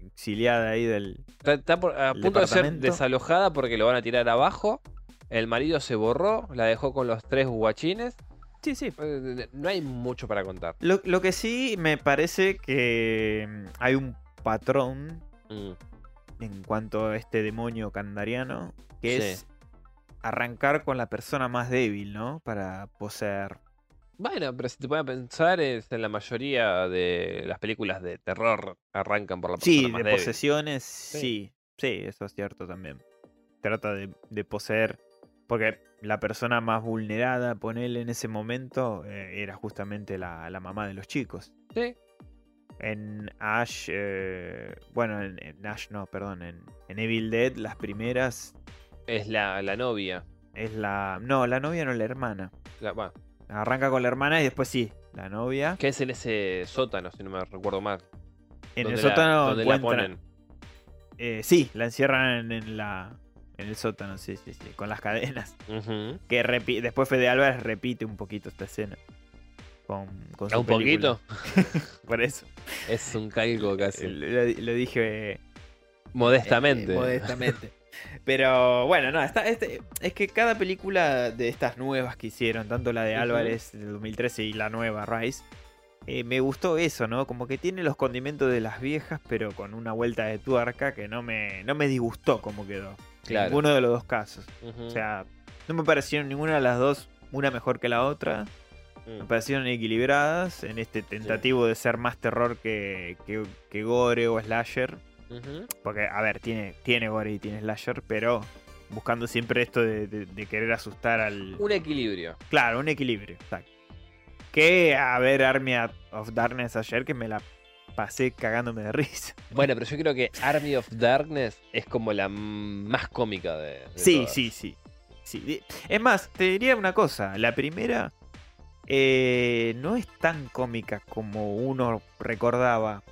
D: exiliada ahí del...
B: Está, está por- a
D: El
B: punto de ser
D: departamento.
B: desalojada porque lo van a tirar abajo. El marido se borró, la dejó con los tres guachines.
D: Sí, sí.
B: Eh, No hay mucho para contar.
D: Lo, lo que sí me parece que mm, hay un patrón
B: Mm,
D: en cuanto a este demonio candariano, que
B: Sí.
D: es arrancar con la persona más débil, ¿no? Para poseer.
B: Bueno, pero si te pones a pensar, es en la mayoría de las películas de terror arrancan por la persona
D: Sí,
B: más
D: de
B: débil.
D: posesiones, sí. sí. eso es cierto también. Trata de, de poseer. Porque la persona más vulnerada, ponele en ese momento, eh, era justamente la, la mamá de los chicos.
B: Sí,
D: En Ash. eh, bueno, en, en Ash no, perdón. En, en Evil Dead, las primeras
B: es la, la novia.
D: es la. No, la novia no, la hermana.
B: La- va,
D: Arranca con la hermana y después sí, la novia.
B: que es en ese sótano, si no me recuerdo mal.
D: En el
B: donde la-
D: sótano
B: donde la
D: encuentran-
B: ponen.
D: eh, sí, la encierran en, en la. En el sótano, sí, sí, sí. Con las cadenas.
B: Ujú.
D: Que repi- después Fede Álvarez repite un poquito esta escena. Con, con su
B: ¿Un
D: película.
B: poquito?
D: Por eso.
B: Es un calco casi.
D: Lo, lo dije eh,
B: Modestamente.
D: eh, modestamente. Pero bueno, no, está, este, es que cada película de estas nuevas que hicieron, tanto la de
B: Ujú.
D: Álvarez del 2013 y la nueva Rice, eh, me gustó eso, ¿no? Como que tiene los condimentos de las viejas, pero con una vuelta de tuerca que no me, no me disgustó como quedó.
B: Claro. Mm.
D: Ninguno de los dos casos.
B: Ujú.
D: O sea, no me parecieron ninguna de las dos una mejor que la otra.
B: Mm.
D: Me parecieron equilibradas en este tentativo de ser más terror que, que- que gore o slasher.
B: Ujú.
D: Porque, a ver, tiene, tiene gore y tiene slasher, pero buscando siempre esto de, de- de querer asustar al.
B: Un equilibrio.
D: Claro, un equilibrio, exacto. Que a ver Army of Darkness ayer que me la pasé cagándome de risa.
B: Bueno, pero yo creo que Army of Darkness es como la m- más cómica de. de
D: Sí,
B: todas.
D: sí, sí, sí. Di- Es más, te diría una cosa. La primera eh, no es tan cómica como uno recordaba.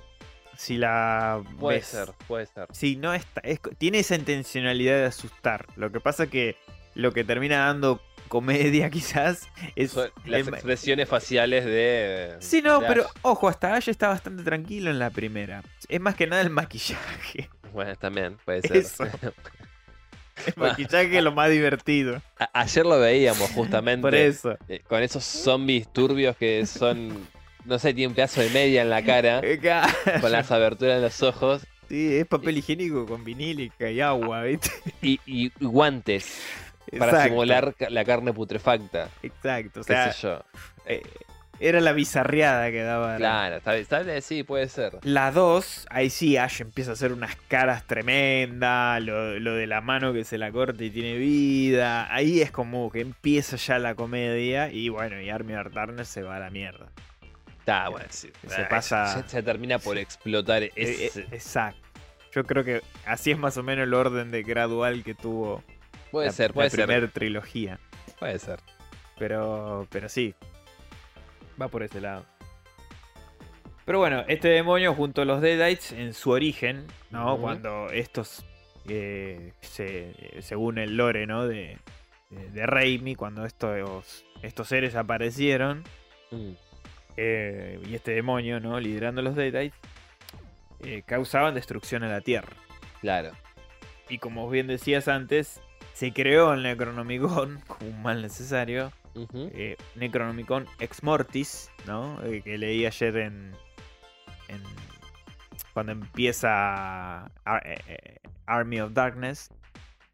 D: Si la
B: Puede
D: ves.
B: ser, puede ser.
D: Sí, no está. es co- tiene esa intencionalidad de asustar. Lo que pasa que lo que termina dando comedia quizás es...
B: Son las
D: em-
B: expresiones faciales de.
D: Sí, no,
B: de
D: pero
B: Ash.
D: ojo, hasta Ash está bastante tranquilo en la primera. Es más que nada el maquillaje.
B: Bueno, también, puede ser.
D: Eso. El maquillaje es lo más divertido.
B: A- ayer lo veíamos justamente.
D: Por eso.
B: eh, con esos zombies turbios que son. No sé, tiene un pedazo de media en la cara.
D: Eh, ca-
B: Con las aberturas en los ojos.
D: Sí, es papel higiénico con vinílica y agua, ¿viste?
B: Y, y guantes. Ah, Para
D: Exacto,
B: simular ca- la carne putrefacta.
D: Exacto, o
B: qué
D: sea,
B: sé yo.
D: eh, era la bizarreada que daba. la-
B: Claro, está bien, está bien, sí, puede ser.
D: La 2, ahí sí Ash empieza a hacer unas caras tremendas, lo, lo de la mano que se la corta y tiene vida. Ahí es como que empieza ya la comedia y bueno, y Army of Darkness se va a la mierda.
B: Está bueno, sí.
D: Eh, Se
B: Ah,
D: pasa-
B: Se, se termina por explotar
D: Eh,
B: ese.
D: eh, exacto. Yo creo que así es más o menos el orden de gradual que tuvo
B: puede
D: la,
B: ser, puede ser.
D: primera trilogía.
B: Puede ser.
D: Pero, pero sí. Va por ese lado. Pero bueno, este demonio junto a los Deadites en su origen, ¿no?
B: Ujú.
D: Cuando estos, eh, se- según el lore, ¿no? De, de, de Raimi, cuando estos, estos seres aparecieron,
B: Mm.
D: eh, y este demonio, ¿no? Liderando los Deadites, eh, causaban destrucción a la Tierra.
B: Claro.
D: Y como bien decías antes, se creó el Necronomicon como un mal necesario
B: Ujú.
D: eh, Necronomicon Ex Mortis, ¿no? Eh, que leí ayer en, en- cuando empieza Ar- eh, eh, Army of Darkness,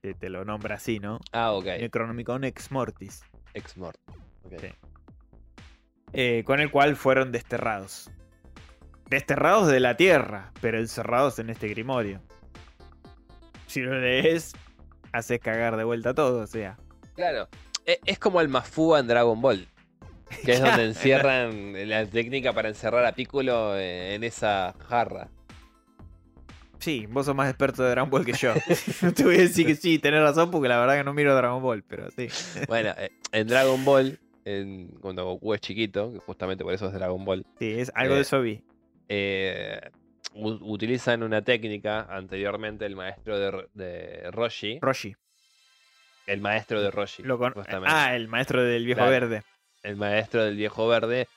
D: te, te lo nombra así, ¿no?
B: Ah, ok.
D: Necronomicon Ex Mortis,
B: Exmort. Ok.
D: Eh, Sí. eh, con el cual fueron desterrados. Desterrados de la Tierra, pero encerrados en este grimorio. Si lo lees, haces cagar de vuelta todo, o sea.
B: Claro. E- Es como el Mafúa en Dragon Ball. Que es donde encierran la técnica para encerrar a Piccolo eh, en esa jarra.
D: Sí, vos sos más experto de Dragon Ball que yo. no te voy a decir que sí, tenés razón, porque la verdad que no miro Dragon Ball, pero sí.
B: Bueno, eh, en Dragon Ball, en- cuando Goku es chiquito, que justamente por eso es Dragon Ball,
D: Sí, es algo
B: Eh,
D: de eso vi.
B: eh, u- utilizan una técnica anteriormente el maestro de, R- de Roshi.
D: Roshi.
B: El maestro de Roshi.
D: Lo con...
B: justamente.
D: Ah, el maestro del viejo
B: Claro.
D: verde.
B: el maestro del viejo verde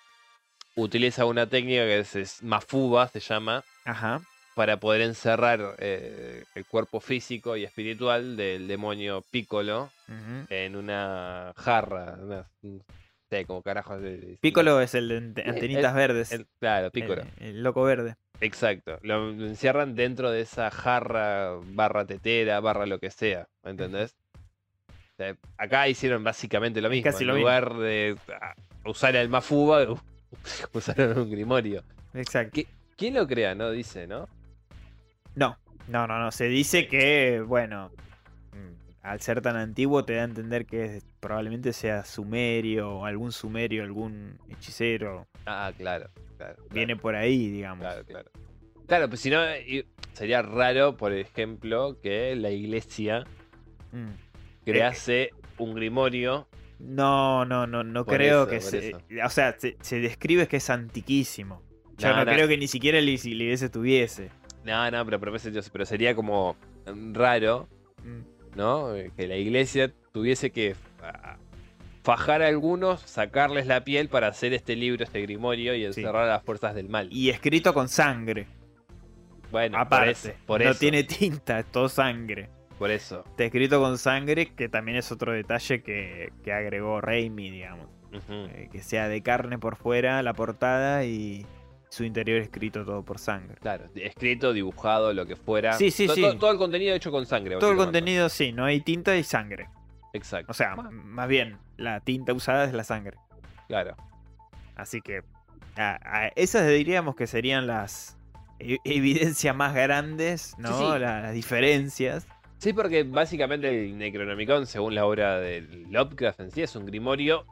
B: utiliza una técnica que es, es mafuba, se llama,
D: Ajá.
B: para poder encerrar eh, el cuerpo físico y espiritual del demonio Piccolo
D: Ujú.
B: en una jarra. una- no sé, como carajo. se dice.
D: Piccolo es el de ante- antenitas verdes.
B: Eh, El- claro, Piccolo.
D: El, el loco verde.
B: Exacto. Lo lo encierran dentro de esa jarra, barra tetera, barra lo que sea. ¿Me entendés? O sea, acá hicieron básicamente lo mismo.
D: casi
B: en
D: lo mismo.
B: lugar de ah, usar el mafuba, usaron un grimorio.
D: Exacto.
B: ¿Qué? ¿Quién lo crea? No dice, ¿no?
D: No, no, no, no. Se
B: eh,
D: dice que, bueno, mm, al ser tan antiguo te da a entender que es- probablemente sea sumerio, o algún sumerio, algún hechicero.
B: Ah, claro. claro claro,
D: Viene por ahí, digamos.
B: Claro, claro. Claro, pues si no, eh, sería raro, por ejemplo, que la iglesia
D: Mm.
B: crease un grimorio.
D: No, no, no, no
B: Por
D: creo
B: eso,
D: que
B: por
D: se.
B: eso.
D: O sea, se, se describe que es antiquísimo. Yo
B: No,
D: no,
B: no.
D: creo que ni siquiera el Isi- el IBS tuviese.
B: No, no, pero, pero, pero sería como raro
D: Mm.
B: ¿no? Eh, Que la iglesia tuviese que fa- fajar a algunos, sacarles la piel para hacer este libro, este grimorio y
D: Sí.
B: encerrar a las fuerzas del mal.
D: Y escrito con sangre.
B: bueno,
D: aparte.
B: por eso, por
D: no
B: eso,
D: tiene tinta, es todo sangre.
B: por eso.
D: Está escrito con sangre, que también es otro detalle que, que agregó Raimi, digamos.
B: Ujú.
D: Eh, que sea de carne por fuera la portada y su interior escrito todo por sangre.
B: Claro, escrito, dibujado, lo que fuera.
D: Sí, sí,
B: To-
D: sí.
B: Todo, todo el contenido hecho con sangre.
D: Todo el
B: básicamente.
D: contenido, sí, no hay tinta y sangre.
B: Exacto.
D: O sea,
B: Bueno,
D: más bien, la tinta usada es la sangre.
B: claro.
D: Así que a- a- esas diríamos que serían las e- evidencias más grandes, ¿no?
B: Sí, sí.
D: La- las diferencias.
B: Sí, porque básicamente el Necronomicon, según la obra de Lovecraft en sí, es un grimorio,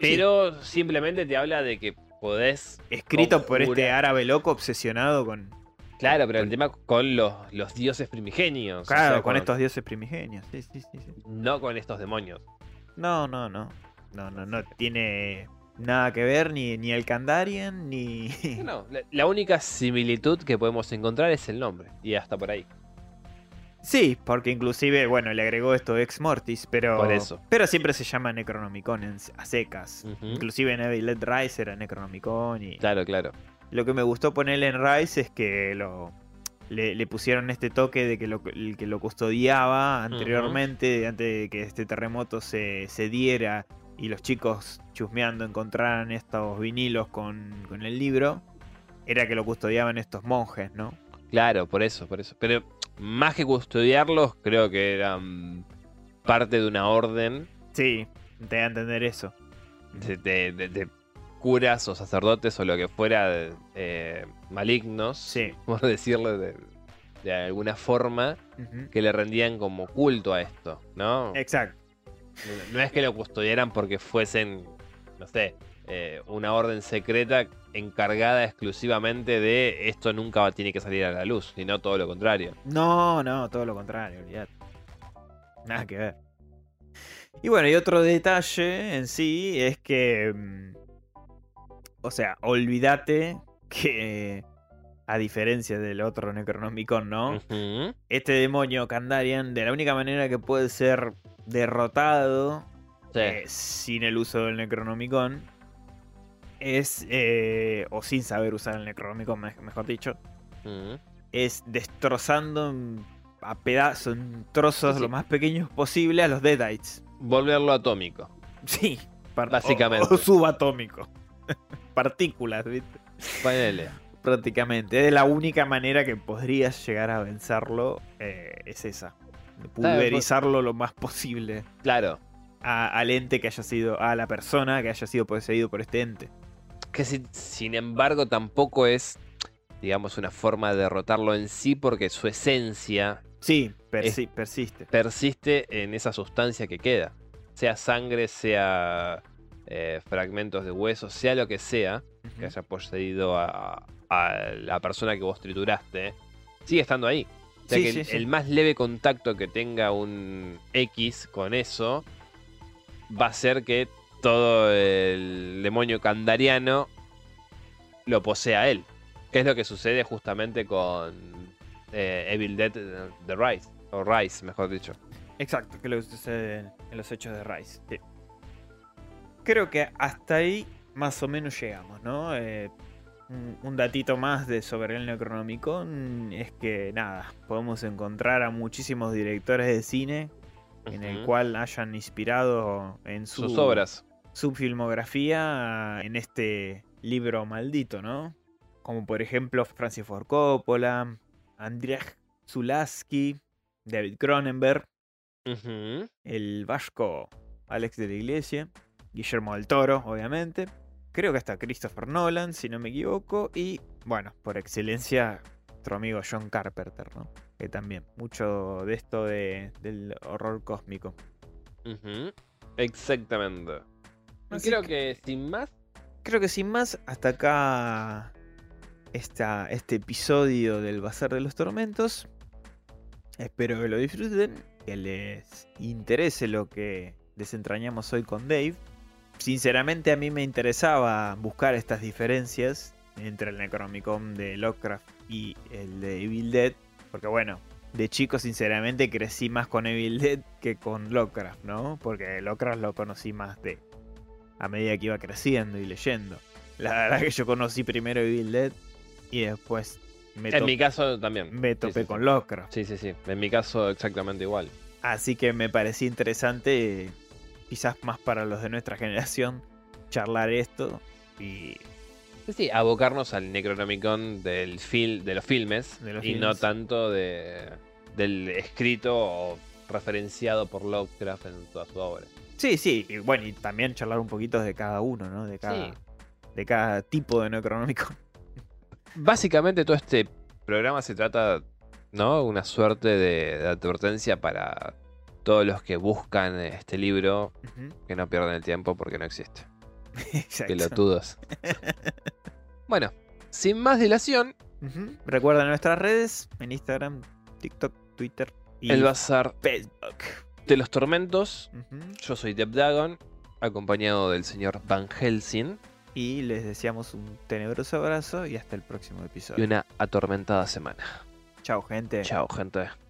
B: pero simplemente te habla de que podés,
D: Escrito por este
B: Conjura.
D: árabe loco obsesionado con.
B: claro, pero el tema con los, los dioses primigenios. o
D: Claro,
B: sea,
D: con estos dioses primigenios. Sí, sí, sí, sí.
B: No con estos demonios.
D: No, no, no. No, no, no tiene nada que ver ni, ni el Kandarian ni.
B: No, la, la única similitud que podemos encontrar es el nombre, y hasta por ahí.
D: Sí, porque inclusive, bueno, le agregó esto ex mortis, pero.
B: Por eso.
D: Pero siempre se llama Necronomicon en- a secas.
B: Ujú.
D: Inclusive en Evil Dead Rise era Necronomicon y.
B: Claro, claro.
D: Lo que me gustó ponerle en Rice es que lo. Le, le pusieron este toque de que lo, el que lo custodiaba anteriormente, antes de que este terremoto se, se diera y los chicos chusmeando encontraran estos vinilos con, con el libro, era que lo custodiaban estos monjes, ¿no?
B: Claro, por eso, por eso. Pero más que custodiarlos, creo que eran parte de una orden
D: Sí, te da a entender eso.
B: de, de- de- de curas o sacerdotes o lo que fuera de- eh, malignos,
D: Sí.
B: por decirlo de, de alguna forma,
D: Ujú.
B: que le rendían como culto a esto, ¿no?
D: Exacto.
B: No- No es que lo custodiaran porque fuesen, no sé, eh, una orden secreta encargada exclusivamente de esto nunca va- tiene que salir a la luz, sino todo lo contrario.
D: No, no, todo lo contrario, olvidate. Nada que ver. Y bueno, y otro detalle en sí es que. mm, O sea, olvídate que. A diferencia del otro Necronomicon,
B: Mm.
D: ¿no?
B: Ujú.
D: Este demonio Kandarian, de la única manera que puede ser derrotado
B: Sí.
D: eh, sin el uso del Necronomicon es. eh, o sin saber usar el Necronomicon, me- mejor dicho
B: Ujú.
D: es destrozando en- a pedazos, en trozos
B: Sí, sí.
D: lo más pequeños posible a los Deadites.
B: Volverlo atómico.
D: Sí, par-
B: Básicamente.
D: O, o subatómico. Partículas, ¿viste?
B: Ponele.
D: prácticamente. Es la única manera que podrías llegar a vencerlo, eh, es esa. de
B: pues.
D: Pulverizarlo lo más posible
B: Claro.
D: a- al ente que haya sido, a la persona que haya sido poseído por este ente.
B: que si- sin embargo tampoco es, digamos, una forma de derrotarlo en sí porque su esencia
D: Sí, persi- persiste.
B: persiste en esa sustancia que queda. Sea sangre, sea eh, fragmentos de huesos, sea lo que sea que
D: Ujú.
B: haya poseído a, a la persona que vos trituraste, sigue estando ahí. O sea
D: Sí,
B: que
D: sí,
B: el,
D: sí.
B: el más leve contacto que tenga un X con eso va a ser que todo el demonio candariano lo posea él. Que es lo que sucede justamente con eh, Evil Dead eh, The Rise. O Rise, mejor dicho.
D: Exacto, que lo sucede en- en los hechos de Rice. Creo que hasta ahí más o menos llegamos, ¿no? Eh, un, un datito más de sobre el Necronomicon es que nada, podemos encontrar a muchísimos directores de cine en el
B: Ujú.
D: cual hayan inspirado en su,
B: Sus obras.
D: su filmografía en este libro maldito, ¿no? Como por ejemplo Francis Ford Coppola, Andrzej Zulaski, David Cronenberg
B: Ujú.
D: el vasco Alex de la Iglesia, Guillermo del Toro, obviamente. Creo que hasta Christopher Nolan, si no me equivoco. Y bueno, por excelencia, nuestro amigo John Carpenter, ¿no? Que también, mucho de esto de- del horror cósmico.
B: Ujú. Exactamente.
D: Así
B: Creo que sin más
D: Creo que sin más, hasta acá esta, este episodio del Bazar de los Tormentos. Espero que lo disfruten, que les interese lo que desentrañamos hoy con Dave. Sinceramente a mí me interesaba buscar estas diferencias entre el Necronomicon de Lovecraft y el de Evil Dead, porque bueno, de chico sinceramente crecí más con Evil Dead que con Lovecraft, ¿no? Porque Lovecraft lo conocí más de a medida que iba creciendo y leyendo. La verdad que yo conocí primero Evil Dead y después me,
B: En
D: to-
B: mi caso también.
D: me
B: Sí,
D: topé
B: sí, sí.
D: con Lovecraft.
B: Sí, sí, sí. En mi caso exactamente igual.
D: Así que me parecía interesante, eh, quizás más para los de nuestra generación, charlar esto y
B: Sí, sí, abocarnos al Necronomicon del fil de los filmes
D: De los
B: y
D: filmes.
B: no tanto de del escrito o referenciado por Lovecraft en toda su obra.
D: Sí, sí, y bueno, y también charlar un poquito de cada uno, ¿no? De cada,
B: Sí.
D: de cada tipo de necronómico.
B: Básicamente todo este programa se trata ¿no? Una suerte de, de advertencia para todos los que buscan este libro,
D: Ujú.
B: que no pierdan el tiempo porque no existe.
D: Exacto.
B: Pelotudos. bueno, sin más dilación,
D: Ujú. Recuerda nuestras redes en Instagram, TikTok, Twitter y
B: el bazar
D: Facebook.
B: de los tormentos.
D: Ujú.
B: Yo soy Deb Dagon, acompañado del señor Van Helsing
D: Y les deseamos un tenebroso abrazo y hasta el próximo
B: y
D: episodio.
B: una atormentada semana.
D: Chao, gente.
B: Chao, gente.